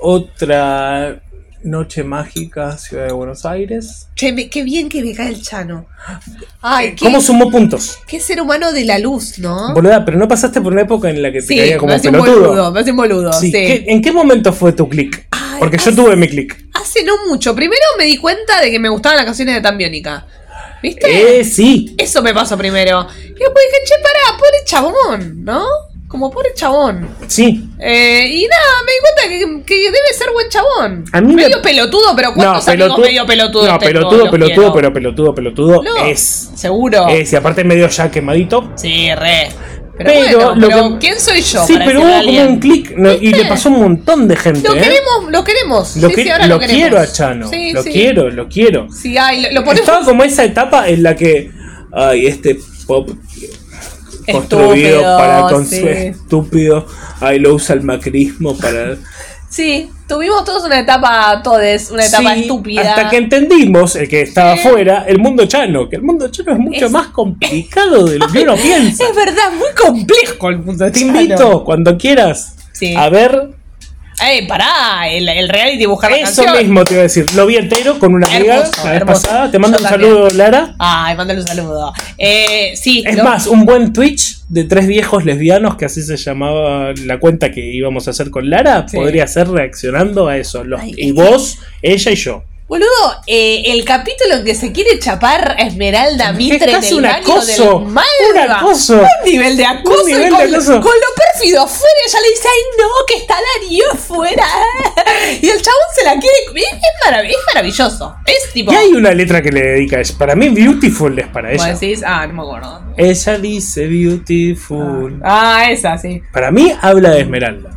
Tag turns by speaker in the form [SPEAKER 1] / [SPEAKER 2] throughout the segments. [SPEAKER 1] Otra noche mágica, Ciudad de Buenos Aires.
[SPEAKER 2] Che, me- qué bien que me cae el Chano. Ay, qué,
[SPEAKER 1] Eh, ¿Cómo sumó puntos?
[SPEAKER 2] qué ser humano de la luz, ¿no?
[SPEAKER 1] Boluda, pero no pasaste por una época en la que te
[SPEAKER 2] sí,
[SPEAKER 1] caía
[SPEAKER 2] me
[SPEAKER 1] como
[SPEAKER 2] hace un
[SPEAKER 1] pelotudo.
[SPEAKER 2] boludo, me hace un boludo,
[SPEAKER 1] Sí,
[SPEAKER 2] sí.
[SPEAKER 1] ¿qué- ¿En qué momento fue tu click?
[SPEAKER 2] Ay,
[SPEAKER 1] Porque yo
[SPEAKER 2] hace-
[SPEAKER 1] tuve mi click.
[SPEAKER 2] Hace no mucho. Primero me di cuenta de que me gustaban las canciones de Tambiónica. ¿Viste?
[SPEAKER 1] Eh, sí.
[SPEAKER 2] Eso me pasó primero. Y después dije, che, pará, pobre chabón, ¿no? Como pobre chabón.
[SPEAKER 1] Sí.
[SPEAKER 2] Eh, y nada, me di cuenta que, que debe ser buen chabón.
[SPEAKER 1] A mí me-
[SPEAKER 2] medio pelotudo, pero ¿cuántos amigos medio pelotudo?
[SPEAKER 1] no, pelotudo, pelotudo, pero pelotudo, pelotudo es.
[SPEAKER 2] Seguro.
[SPEAKER 1] Es, y aparte medio ya quemadito.
[SPEAKER 2] Sí, re. Pero,
[SPEAKER 1] Pero,
[SPEAKER 2] bueno,
[SPEAKER 1] lo
[SPEAKER 2] pero
[SPEAKER 1] que-
[SPEAKER 2] ¿quién soy yo?
[SPEAKER 1] Sí,
[SPEAKER 2] para
[SPEAKER 1] pero
[SPEAKER 2] decirle a
[SPEAKER 1] hubo como
[SPEAKER 2] alguien?
[SPEAKER 1] un click no, y
[SPEAKER 2] ¿Viste?
[SPEAKER 1] le pasó a un montón de gente.
[SPEAKER 2] Lo
[SPEAKER 1] ¿eh?
[SPEAKER 2] queremos, lo queremos.
[SPEAKER 1] Lo,
[SPEAKER 2] sí,
[SPEAKER 1] que-
[SPEAKER 2] sí, ahora
[SPEAKER 1] lo
[SPEAKER 2] lo, queremos.
[SPEAKER 1] quiero a Chano.
[SPEAKER 2] Sí,
[SPEAKER 1] lo
[SPEAKER 2] sí.
[SPEAKER 1] quiero, lo quiero.
[SPEAKER 2] Sí, ay, lo, lo ponemos
[SPEAKER 1] Estaba como esa etapa en la que. Ay, este pop construido
[SPEAKER 2] Estúpido,
[SPEAKER 1] para con
[SPEAKER 2] sí.
[SPEAKER 1] su estúpido. Ay, lo usa el macrismo para.
[SPEAKER 2] Sí, tuvimos todos una etapa, todes, una etapa
[SPEAKER 1] Sí,
[SPEAKER 2] estúpida.
[SPEAKER 1] Hasta que entendimos, el que estaba
[SPEAKER 2] Sí.
[SPEAKER 1] afuera, el mundo chano. Que el mundo chano es mucho
[SPEAKER 2] Es-
[SPEAKER 1] más complicado de lo que uno piensa.
[SPEAKER 2] Es verdad, muy complejo el mundo
[SPEAKER 1] Te
[SPEAKER 2] chano.
[SPEAKER 1] invito cuando quieras
[SPEAKER 2] Sí.
[SPEAKER 1] a ver
[SPEAKER 2] Ey, pará, el, el reality buscar la
[SPEAKER 1] eso
[SPEAKER 2] canción.
[SPEAKER 1] mismo te iba a decir. Lo vi entero con una amiga
[SPEAKER 2] Hermoso,
[SPEAKER 1] la vez
[SPEAKER 2] hermoso.
[SPEAKER 1] pasada. Te mando
[SPEAKER 2] Yo
[SPEAKER 1] un
[SPEAKER 2] también.
[SPEAKER 1] saludo, Lara.
[SPEAKER 2] Ay, mándale un saludo. Eh, sí,
[SPEAKER 1] Es
[SPEAKER 2] lo-
[SPEAKER 1] más, un buen Twitch de tres viejos lesbianos, que así se llamaba la cuenta que íbamos a hacer con Lara,
[SPEAKER 2] Sí.
[SPEAKER 1] podría ser reaccionando a eso. Los,
[SPEAKER 2] Ay,
[SPEAKER 1] y
[SPEAKER 2] es
[SPEAKER 1] vos, ella y yo.
[SPEAKER 2] Boludo, eh, el capítulo en que se quiere chapar a Esmeralda Mitre
[SPEAKER 1] casi
[SPEAKER 2] en el
[SPEAKER 1] un
[SPEAKER 2] baño
[SPEAKER 1] acoso,
[SPEAKER 2] del Malva.
[SPEAKER 1] un acoso.
[SPEAKER 2] Un nivel de acoso.
[SPEAKER 1] Un
[SPEAKER 2] y
[SPEAKER 1] nivel
[SPEAKER 2] con,
[SPEAKER 1] de acoso.
[SPEAKER 2] con lo pérfido afuera, ella le dice, ay no, que está Darío afuera. Y el chabón se la quiere. Es, es marav- es maravilloso. Es tipo.
[SPEAKER 1] Y hay una letra que le dedica a ella. Para mí, Beautiful es para
[SPEAKER 2] Vos
[SPEAKER 1] ella.
[SPEAKER 2] decís, ah, no me acuerdo.
[SPEAKER 1] Ella dice Beautiful.
[SPEAKER 2] Ah, esa, sí.
[SPEAKER 1] Para mí, habla de Esmeralda.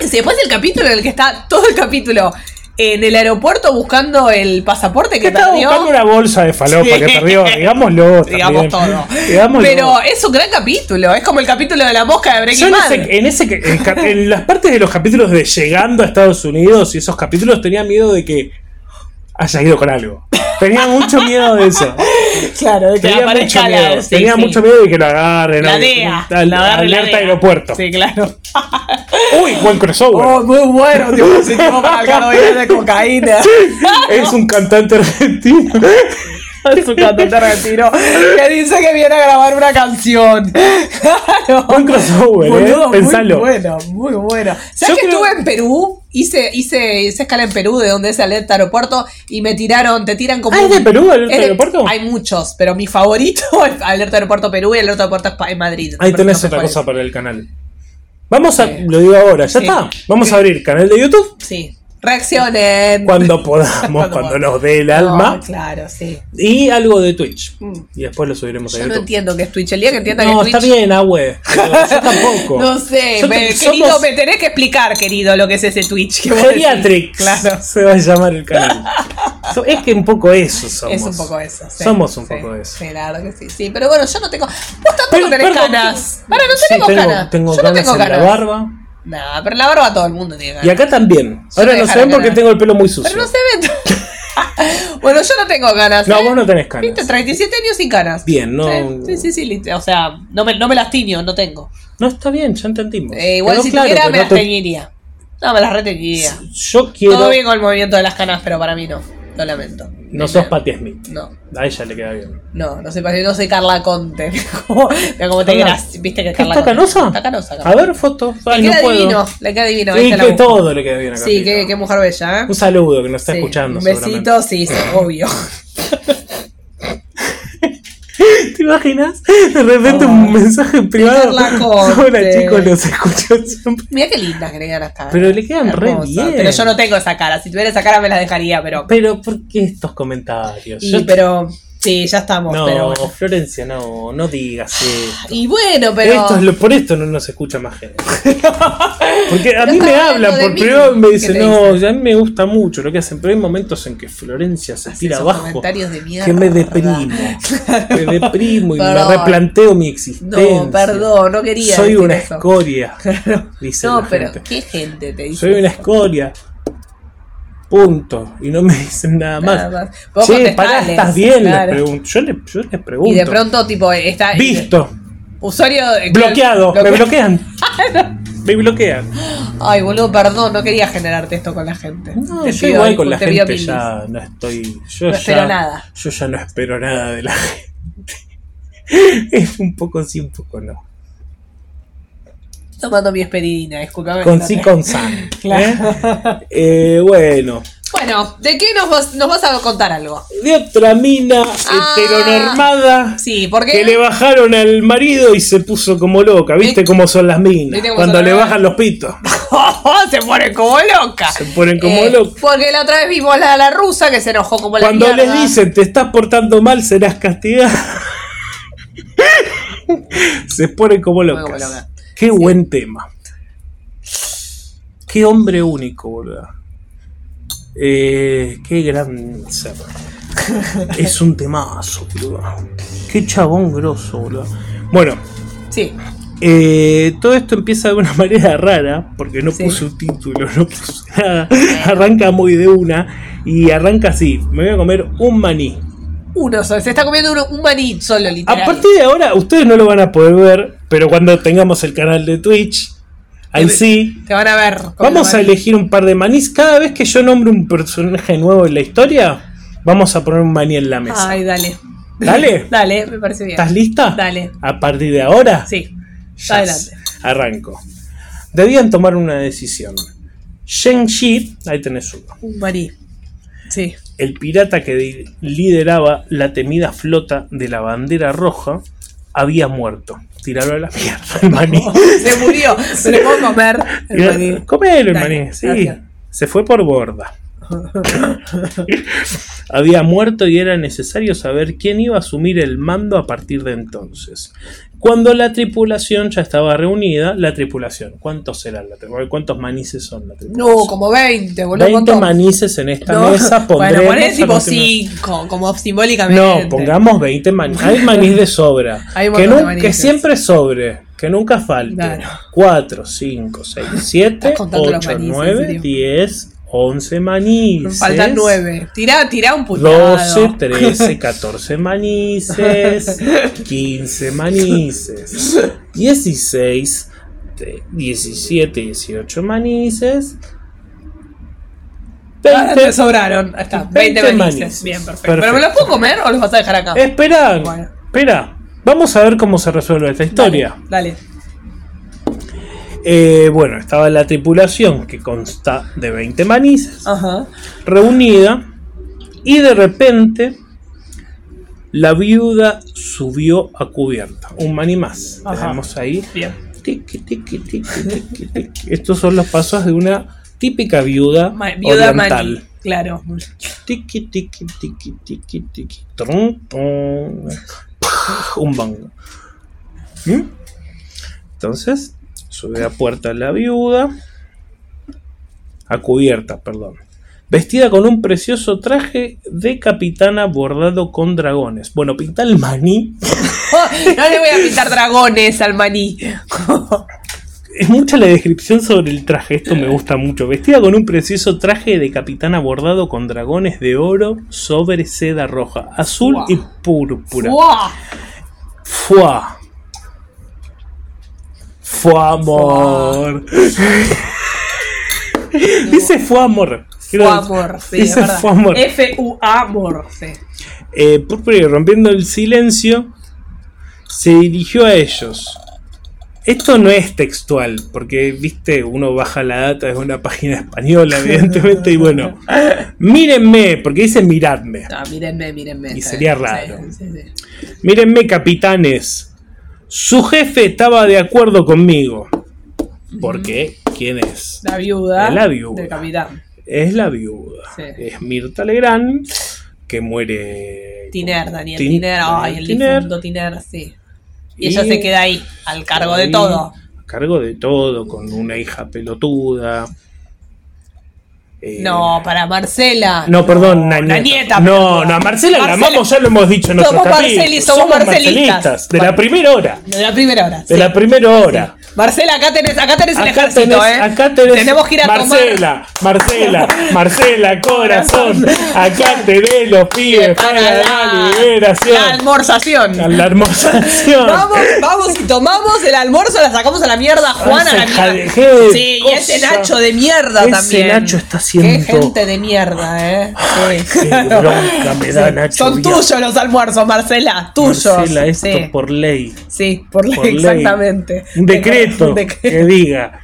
[SPEAKER 2] Sí, Después el capítulo en el que está todo el capítulo en el aeropuerto buscando el pasaporte
[SPEAKER 1] Que
[SPEAKER 2] que
[SPEAKER 1] estaba
[SPEAKER 2] perdió.
[SPEAKER 1] buscando una bolsa de falopa
[SPEAKER 2] Sí.
[SPEAKER 1] que perdió. Digámoslo.
[SPEAKER 2] Digamos
[SPEAKER 1] también.
[SPEAKER 2] todo.
[SPEAKER 1] Digámoslo.
[SPEAKER 2] Pero es un gran capítulo. Es como el capítulo de la mosca de
[SPEAKER 1] Yo
[SPEAKER 2] Breaking
[SPEAKER 1] en,
[SPEAKER 2] Bad.
[SPEAKER 1] ese, en, ese- en cap- en las partes de los capítulos de llegando a Estados Unidos y esos capítulos tenía miedo de que haya ido con algo. Tenía mucho miedo de eso.
[SPEAKER 2] Claro, de que
[SPEAKER 1] Tenía
[SPEAKER 2] aparezca
[SPEAKER 1] mucho
[SPEAKER 2] la-
[SPEAKER 1] miedo.
[SPEAKER 2] sí,
[SPEAKER 1] tenía
[SPEAKER 2] sí.
[SPEAKER 1] mucho miedo de que lo agarren.
[SPEAKER 2] La
[SPEAKER 1] algo.
[SPEAKER 2] DEA.
[SPEAKER 1] Al-
[SPEAKER 2] la agarre la
[SPEAKER 1] alerta
[SPEAKER 2] DEA.
[SPEAKER 1] aeropuerto.
[SPEAKER 2] Sí, claro.
[SPEAKER 1] Uy, buen crossover.
[SPEAKER 2] Oh, muy bueno, tipo, ese tipo para el carnaval de cocaína.
[SPEAKER 1] Es un cantante argentino.
[SPEAKER 2] Es un cantante argentino que dice que viene a grabar una canción. Claro.
[SPEAKER 1] Buen crossover,
[SPEAKER 2] Boludo,
[SPEAKER 1] eh. Pensalo.
[SPEAKER 2] Muy bueno, muy bueno.
[SPEAKER 1] Yo
[SPEAKER 2] ¿Sabes que
[SPEAKER 1] creo-
[SPEAKER 2] estuve en Perú? Hice, hice, hice escala en Perú, de donde es el alerta aeropuerto, y me tiraron, te tiran como.
[SPEAKER 1] Ah, ¿es de Perú, Alerta
[SPEAKER 2] es de-
[SPEAKER 1] Aeropuerto?
[SPEAKER 2] Hay muchos, pero mi favorito es alerta aeropuerto Perú y alerta aeropuerto Espa- en Madrid.
[SPEAKER 1] Ahí
[SPEAKER 2] Pero
[SPEAKER 1] tenés
[SPEAKER 2] no
[SPEAKER 1] otra
[SPEAKER 2] sé
[SPEAKER 1] cosa
[SPEAKER 2] cuál
[SPEAKER 1] para el canal. Vamos a,
[SPEAKER 2] Sí.
[SPEAKER 1] lo digo ahora, ya
[SPEAKER 2] Sí.
[SPEAKER 1] está. Vamos a abrir canal de YouTube
[SPEAKER 2] es. Sí. Reaccionen.
[SPEAKER 1] cuando podamos,
[SPEAKER 2] Cuando
[SPEAKER 1] cuando
[SPEAKER 2] podamos.
[SPEAKER 1] nos dé el
[SPEAKER 2] No,
[SPEAKER 1] alma.
[SPEAKER 2] claro, sí.
[SPEAKER 1] Y algo de Twitch.
[SPEAKER 2] Mm.
[SPEAKER 1] Y después lo subiremos a
[SPEAKER 2] Yo no
[SPEAKER 1] YouTube.
[SPEAKER 2] entiendo que es Twitch. El día que entienda
[SPEAKER 1] No,
[SPEAKER 2] que es
[SPEAKER 1] está
[SPEAKER 2] Twitch.
[SPEAKER 1] bien, Ahue. Yo tampoco.
[SPEAKER 2] No sé,
[SPEAKER 1] Yo
[SPEAKER 2] me-
[SPEAKER 1] te-
[SPEAKER 2] querido,
[SPEAKER 1] somos
[SPEAKER 2] me tenés que explicar, querido, lo que es ese Twitch. que vos decís.
[SPEAKER 1] Geriatrix.
[SPEAKER 2] Claro.
[SPEAKER 1] Se va a llamar el canal. So- es que un poco eso somos.
[SPEAKER 2] Es un poco eso. sí,
[SPEAKER 1] somos un
[SPEAKER 2] sí,
[SPEAKER 1] poco eso.
[SPEAKER 2] Sí, la verdad que sí. Sí, pero bueno, yo no tengo. Vos tampoco
[SPEAKER 1] Pero,
[SPEAKER 2] tenés
[SPEAKER 1] perdón,
[SPEAKER 2] canas. Para, no
[SPEAKER 1] sí,
[SPEAKER 2] tenemos
[SPEAKER 1] tengo,
[SPEAKER 2] canas.
[SPEAKER 1] tengo
[SPEAKER 2] yo no
[SPEAKER 1] ganas
[SPEAKER 2] tengo
[SPEAKER 1] en
[SPEAKER 2] canas.
[SPEAKER 1] la barba.
[SPEAKER 2] Nah, pero la barba todo el mundo tiene
[SPEAKER 1] Y
[SPEAKER 2] ganas.
[SPEAKER 1] acá también. Ahora no
[SPEAKER 2] me
[SPEAKER 1] se
[SPEAKER 2] dejaron
[SPEAKER 1] ven porque
[SPEAKER 2] ganas.
[SPEAKER 1] tengo el pelo muy sucio.
[SPEAKER 2] Pero no se ve. bueno, yo no tengo ganas.
[SPEAKER 1] No,
[SPEAKER 2] ¿eh?
[SPEAKER 1] vos no tenés canas.
[SPEAKER 2] Viste, 37 años sin canas.
[SPEAKER 1] Bien, no-
[SPEAKER 2] Sí, sí, sí. listo. O sea, no me, no me las tiño, no tengo.
[SPEAKER 1] No, está bien, ya entendimos.
[SPEAKER 2] Eh, igual
[SPEAKER 1] Quedó
[SPEAKER 2] si
[SPEAKER 1] claro
[SPEAKER 2] tuviera,
[SPEAKER 1] que
[SPEAKER 2] me
[SPEAKER 1] no
[SPEAKER 2] las
[SPEAKER 1] te-
[SPEAKER 2] teñiría. No, me las reteñiría.
[SPEAKER 1] Yo quiero.
[SPEAKER 2] Todo bien con el movimiento de las canas, pero para mí no. Lo lamento.
[SPEAKER 1] No sos Patti Smith.
[SPEAKER 2] No.
[SPEAKER 1] A ella le queda bien.
[SPEAKER 2] No, no soy, no soy Carla Conte. Mira cómo te
[SPEAKER 1] Carla-
[SPEAKER 2] gracias. ¿Viste que Carla
[SPEAKER 1] ¿Está
[SPEAKER 2] Conte-
[SPEAKER 1] canosa?
[SPEAKER 2] Está canosa.
[SPEAKER 1] A ver, foto. Ay,
[SPEAKER 2] le
[SPEAKER 1] no
[SPEAKER 2] queda
[SPEAKER 1] puedo.
[SPEAKER 2] divino, le queda divino. ahí
[SPEAKER 1] Sí,
[SPEAKER 2] te la
[SPEAKER 1] que
[SPEAKER 2] busco.
[SPEAKER 1] todo le queda bien a
[SPEAKER 2] Sí,
[SPEAKER 1] Carlita.
[SPEAKER 2] qué, qué mujer bella, ¿eh?
[SPEAKER 1] Un saludo que nos está
[SPEAKER 2] Sí,
[SPEAKER 1] escuchando.
[SPEAKER 2] Un
[SPEAKER 1] seguramente.
[SPEAKER 2] besito, sí, sí, obvio.
[SPEAKER 1] ¿Te imaginas? De repente un mensaje privado.
[SPEAKER 2] Carla Conte.
[SPEAKER 1] Hola chicos, los escucho siempre.
[SPEAKER 2] Mira qué lindas que le quedan las caras.
[SPEAKER 1] Pero le quedan re
[SPEAKER 2] Hermosas.
[SPEAKER 1] bien.
[SPEAKER 2] Pero yo no tengo esa cara. Si tuviera esa cara me las dejaría, pero.
[SPEAKER 1] Pero ¿por qué estos comentarios?
[SPEAKER 2] y,
[SPEAKER 1] Yo-
[SPEAKER 2] pero. Sí, ya estamos.
[SPEAKER 1] no,
[SPEAKER 2] pero bueno.
[SPEAKER 1] Florencia, no, no digas esto.
[SPEAKER 2] Y bueno, pero.
[SPEAKER 1] Esto es lo- por esto no nos escucha más gente. Porque a
[SPEAKER 2] Pero
[SPEAKER 1] mí me
[SPEAKER 2] estaba
[SPEAKER 1] hablan
[SPEAKER 2] hablando
[SPEAKER 1] por
[SPEAKER 2] de
[SPEAKER 1] primera vez
[SPEAKER 2] mí.
[SPEAKER 1] me
[SPEAKER 2] ¿Qué
[SPEAKER 1] dicen,
[SPEAKER 2] te
[SPEAKER 1] no, ya a mí me gusta mucho lo que hacen, pero hay momentos en que Florencia se
[SPEAKER 2] Hace
[SPEAKER 1] tira
[SPEAKER 2] esos
[SPEAKER 1] abajo
[SPEAKER 2] comentarios de
[SPEAKER 1] que me
[SPEAKER 2] mierda.
[SPEAKER 1] deprimo. me deprimo y
[SPEAKER 2] Perdón.
[SPEAKER 1] me replanteo mi existencia.
[SPEAKER 2] No, perdón, no quería.
[SPEAKER 1] Soy
[SPEAKER 2] decir
[SPEAKER 1] una
[SPEAKER 2] eso.
[SPEAKER 1] escoria. Dice
[SPEAKER 2] No,
[SPEAKER 1] la
[SPEAKER 2] pero.
[SPEAKER 1] gente.
[SPEAKER 2] ¿Qué gente te dice?
[SPEAKER 1] Soy una
[SPEAKER 2] eso?
[SPEAKER 1] escoria. Punto. Y no me dicen nada más.
[SPEAKER 2] Nada más. Vos
[SPEAKER 1] Che,
[SPEAKER 2] contestales,
[SPEAKER 1] pará, estás bien,
[SPEAKER 2] claro.
[SPEAKER 1] les pregunto. Yo, le- yo les pregunto.
[SPEAKER 2] Y de pronto, tipo, está.
[SPEAKER 1] Visto.
[SPEAKER 2] Usuario. eh,
[SPEAKER 1] Bloqueado.
[SPEAKER 2] claro,
[SPEAKER 1] Me bloquean. Me bloquean.
[SPEAKER 2] Ay, boludo, perdón, no quería generarte esto con la gente.
[SPEAKER 1] No,
[SPEAKER 2] Te
[SPEAKER 1] yo
[SPEAKER 2] pido
[SPEAKER 1] igual con
[SPEAKER 2] discul-
[SPEAKER 1] la
[SPEAKER 2] te pido
[SPEAKER 1] gente
[SPEAKER 2] mil
[SPEAKER 1] ya no estoy. Yo
[SPEAKER 2] No
[SPEAKER 1] ya,
[SPEAKER 2] espero nada.
[SPEAKER 1] Yo ya no espero nada de la gente. Es un poco sí, un poco no.
[SPEAKER 2] dis- Tomando mi esperina, disculpame.
[SPEAKER 1] Con sí, con san.
[SPEAKER 2] Claro.
[SPEAKER 1] ¿eh? Eh, bueno,
[SPEAKER 2] Bueno, ¿de qué nos vas, nos vas a contar algo?
[SPEAKER 1] de otra mina
[SPEAKER 2] Ah.
[SPEAKER 1] heteronormada
[SPEAKER 2] Sí, porque.
[SPEAKER 1] que le bajaron al marido y se puso como loca. ¿Viste
[SPEAKER 2] ¿Viste?
[SPEAKER 1] cómo son las minas?
[SPEAKER 2] ¿Viste cómo
[SPEAKER 1] Cuando
[SPEAKER 2] son
[SPEAKER 1] le
[SPEAKER 2] las-
[SPEAKER 1] bajan los pitos.
[SPEAKER 2] se ponen como loca.
[SPEAKER 1] Se ponen como
[SPEAKER 2] Eh,
[SPEAKER 1] locos.
[SPEAKER 2] Porque la otra vez vimos la, la rusa que se enojó como la
[SPEAKER 1] Cuando les
[SPEAKER 2] mierda.
[SPEAKER 1] dicen te estás portando mal, serás castigada. Se ponen como locas.
[SPEAKER 2] Como loca.
[SPEAKER 1] Qué buen tema. Qué hombre único, boludo. Eh, qué gran ser. es un temazo, boludo. Qué chabón grosso, boludo. Bueno,
[SPEAKER 2] Sí.
[SPEAKER 1] eh, todo esto empieza de una manera rara, porque no
[SPEAKER 2] Sí.
[SPEAKER 1] puse un título, no puse nada. arranca muy de una y arranca así. Me voy a comer un maní.
[SPEAKER 2] Uno solo. Se está comiendo uno- un maní solo, literal.
[SPEAKER 1] A partir de ahora, ustedes no lo van a poder ver, pero cuando tengamos el canal de Twitch, ahí sí.
[SPEAKER 2] Te van a ver. comiendo
[SPEAKER 1] Vamos a
[SPEAKER 2] maní.
[SPEAKER 1] elegir un par de manís. Cada vez que yo nombre un personaje nuevo en la historia, vamos a poner un maní en la mesa.
[SPEAKER 2] Ay, dale.
[SPEAKER 1] Dale.
[SPEAKER 2] Dale, me parece bien.
[SPEAKER 1] ¿Estás lista?
[SPEAKER 2] Dale.
[SPEAKER 1] A partir de ahora,
[SPEAKER 2] Sí.
[SPEAKER 1] ya
[SPEAKER 2] adelante.
[SPEAKER 1] arranco. Debían tomar una decisión. Shen Shi, ahí tenés uno.
[SPEAKER 2] Un maní. Sí.
[SPEAKER 1] el pirata que di- lideraba la temida flota de la bandera roja había muerto. Tirarlo a la mierda, el maní.
[SPEAKER 2] Se murió. Se le puedo comer el maní.
[SPEAKER 1] Comelo, el
[SPEAKER 2] Dale,
[SPEAKER 1] maní, sí.
[SPEAKER 2] gracias.
[SPEAKER 1] Se fue por borda. había muerto y era necesario saber quién iba a asumir el mando a partir de entonces. Cuando la tripulación ya estaba reunida, la tripulación, ¿cuántos serán la tripulación? ¿Cuántos manices son la tripulación?
[SPEAKER 2] No, como 20, boludo.
[SPEAKER 1] 20
[SPEAKER 2] montón.
[SPEAKER 1] manices en esta
[SPEAKER 2] No.
[SPEAKER 1] mesa
[SPEAKER 2] Bueno, poné
[SPEAKER 1] pondremos a
[SPEAKER 2] tipo
[SPEAKER 1] continuación.
[SPEAKER 2] 5, como simbólicamente.
[SPEAKER 1] No, pongamos 20 maní. Hay manís de sobra.
[SPEAKER 2] Hay un
[SPEAKER 1] que,
[SPEAKER 2] montón de
[SPEAKER 1] nun-
[SPEAKER 2] manís.
[SPEAKER 1] que siempre sobre. Que nunca falte.
[SPEAKER 2] Claro.
[SPEAKER 1] 4, 5, 6, 7,
[SPEAKER 2] Estás contando los
[SPEAKER 1] 8,
[SPEAKER 2] manís, en
[SPEAKER 1] 9,
[SPEAKER 2] serio.
[SPEAKER 1] 10, 11 manises.
[SPEAKER 2] Faltan 9. Tirá, tirá un puñado. Ah,
[SPEAKER 1] 12, 13, 14 manises. 15 manises. 16, te- 17, 18 manises.
[SPEAKER 2] Ah, te
[SPEAKER 1] 20.
[SPEAKER 2] sobraron. Ahí está,
[SPEAKER 1] 20
[SPEAKER 2] 20, manices.
[SPEAKER 1] manices.
[SPEAKER 2] Bien, perfecto.
[SPEAKER 1] Perfecto.
[SPEAKER 2] ¿Pero me los puedo comer o los vas a dejar acá?
[SPEAKER 1] Espera,
[SPEAKER 2] Ah. Bueno.
[SPEAKER 1] espera. Vamos a ver cómo se resuelve esta historia.
[SPEAKER 2] Dale.
[SPEAKER 1] Eh, bueno, estaba la tripulación que consta de 20 manices
[SPEAKER 2] Ajá.
[SPEAKER 1] reunida y de repente la viuda subió a cubierta. Un maní más.
[SPEAKER 2] Ajá.
[SPEAKER 1] Tenemos ahí.
[SPEAKER 2] Bien.
[SPEAKER 1] Tiqui, tiqui, tiqui, tiqui, tiqui. Estos son los pasos de una típica viuda,
[SPEAKER 2] Ma- viuda
[SPEAKER 1] oriental.
[SPEAKER 2] maní. Claro.
[SPEAKER 1] Tiki, tiki, tiki, tiki, tiki. Trum, trum. Pah, Un bongo. ¿Mm? Entonces, sube a puerta la viuda. A cubierta, perdón. Vestida con un precioso traje de capitana bordado con dragones. Bueno, pinta el maní.
[SPEAKER 2] no le voy a pintar dragones al maní.
[SPEAKER 1] Es mucha la descripción sobre el traje, esto me gusta mucho. Vestida con un precioso traje de capitana bordado con dragones de oro sobre seda roja, azul
[SPEAKER 2] Fua.
[SPEAKER 1] y púrpura.
[SPEAKER 2] ¡Buah!
[SPEAKER 1] Fua. Fua amor. Dice fua amor. Quiero-
[SPEAKER 2] Fua amor, sí, es
[SPEAKER 1] Dice
[SPEAKER 2] verdad. Eh.
[SPEAKER 1] fua amor.
[SPEAKER 2] F-U-A amor, sí.
[SPEAKER 1] Eh, Púrpura, y rompiendo el silencio, se dirigió a ellos. Esto no es textual, porque, viste, uno baja la data de una página española, evidentemente, y bueno, mírenme, porque dice miradme.
[SPEAKER 2] Ah, mírenme, mírenme.
[SPEAKER 1] Y
[SPEAKER 2] está
[SPEAKER 1] sería
[SPEAKER 2] bien.
[SPEAKER 1] raro.
[SPEAKER 2] Sí, sí, sí.
[SPEAKER 1] Mírenme, capitanes. Su jefe estaba de acuerdo conmigo. ¿Por qué? ¿Quién es?
[SPEAKER 2] La viuda.
[SPEAKER 1] La viuda.
[SPEAKER 2] Del capitán.
[SPEAKER 1] Es la viuda.
[SPEAKER 2] Sí.
[SPEAKER 1] Es Mirta Legrand, que muere.
[SPEAKER 2] Tiner, Daniel
[SPEAKER 1] Tin-
[SPEAKER 2] Tiner. Ay,
[SPEAKER 1] Daniel
[SPEAKER 2] el
[SPEAKER 1] Tiner.
[SPEAKER 2] difunto Tiner, sí. Y, ella se queda ahí, al cargo de
[SPEAKER 1] ahí,
[SPEAKER 2] todo.
[SPEAKER 1] A cargo de todo, con una hija pelotuda. Eh,
[SPEAKER 2] No, para Marcela.
[SPEAKER 1] No, perdón, Nañeta.
[SPEAKER 2] Nañeta,
[SPEAKER 1] no,
[SPEAKER 2] perdón.
[SPEAKER 1] no, a Marcela la
[SPEAKER 2] Marcela.
[SPEAKER 1] amamos, ya lo hemos dicho en
[SPEAKER 2] Somos
[SPEAKER 1] nuestros
[SPEAKER 2] Marceli-
[SPEAKER 1] capítulos.
[SPEAKER 2] somos marcelistas.
[SPEAKER 1] marcelistas. De la
[SPEAKER 2] Bueno.
[SPEAKER 1] primera hora.
[SPEAKER 2] De la primera hora.
[SPEAKER 1] De
[SPEAKER 2] sí.
[SPEAKER 1] la primera hora.
[SPEAKER 2] Marcela, acá tenés, acá tenés el
[SPEAKER 1] Acá
[SPEAKER 2] ejército,
[SPEAKER 1] tenés,
[SPEAKER 2] ¿eh?
[SPEAKER 1] acá tenés
[SPEAKER 2] Tenemos que ir a
[SPEAKER 1] Marcela, Marcela, Marcela, corazón. Acá tenés los pibes
[SPEAKER 2] tomar.
[SPEAKER 1] para la liberación.
[SPEAKER 2] La almorzación.
[SPEAKER 1] A la almorzación.
[SPEAKER 2] Vamos, vamos y tomamos el almuerzo, la sacamos a la mierda, Juana.
[SPEAKER 1] Ese
[SPEAKER 2] a la mierda.
[SPEAKER 1] jade-
[SPEAKER 2] Sí, y ese
[SPEAKER 1] cosa.
[SPEAKER 2] Nacho de mierda
[SPEAKER 1] Ese
[SPEAKER 2] también.
[SPEAKER 1] Nacho está
[SPEAKER 2] Qué
[SPEAKER 1] siendo-
[SPEAKER 2] gente de mierda, eh. Sí.
[SPEAKER 1] Qué bronca me da Nacho
[SPEAKER 2] Son
[SPEAKER 1] Vidal.
[SPEAKER 2] tuyos los almuerzos, Marcela, tuyos.
[SPEAKER 1] Marcela, esto
[SPEAKER 2] sí.
[SPEAKER 1] por ley.
[SPEAKER 2] Sí, por ley,
[SPEAKER 1] por ley.
[SPEAKER 2] exactamente.
[SPEAKER 1] Un decreto,
[SPEAKER 2] Un decreto.
[SPEAKER 1] que diga.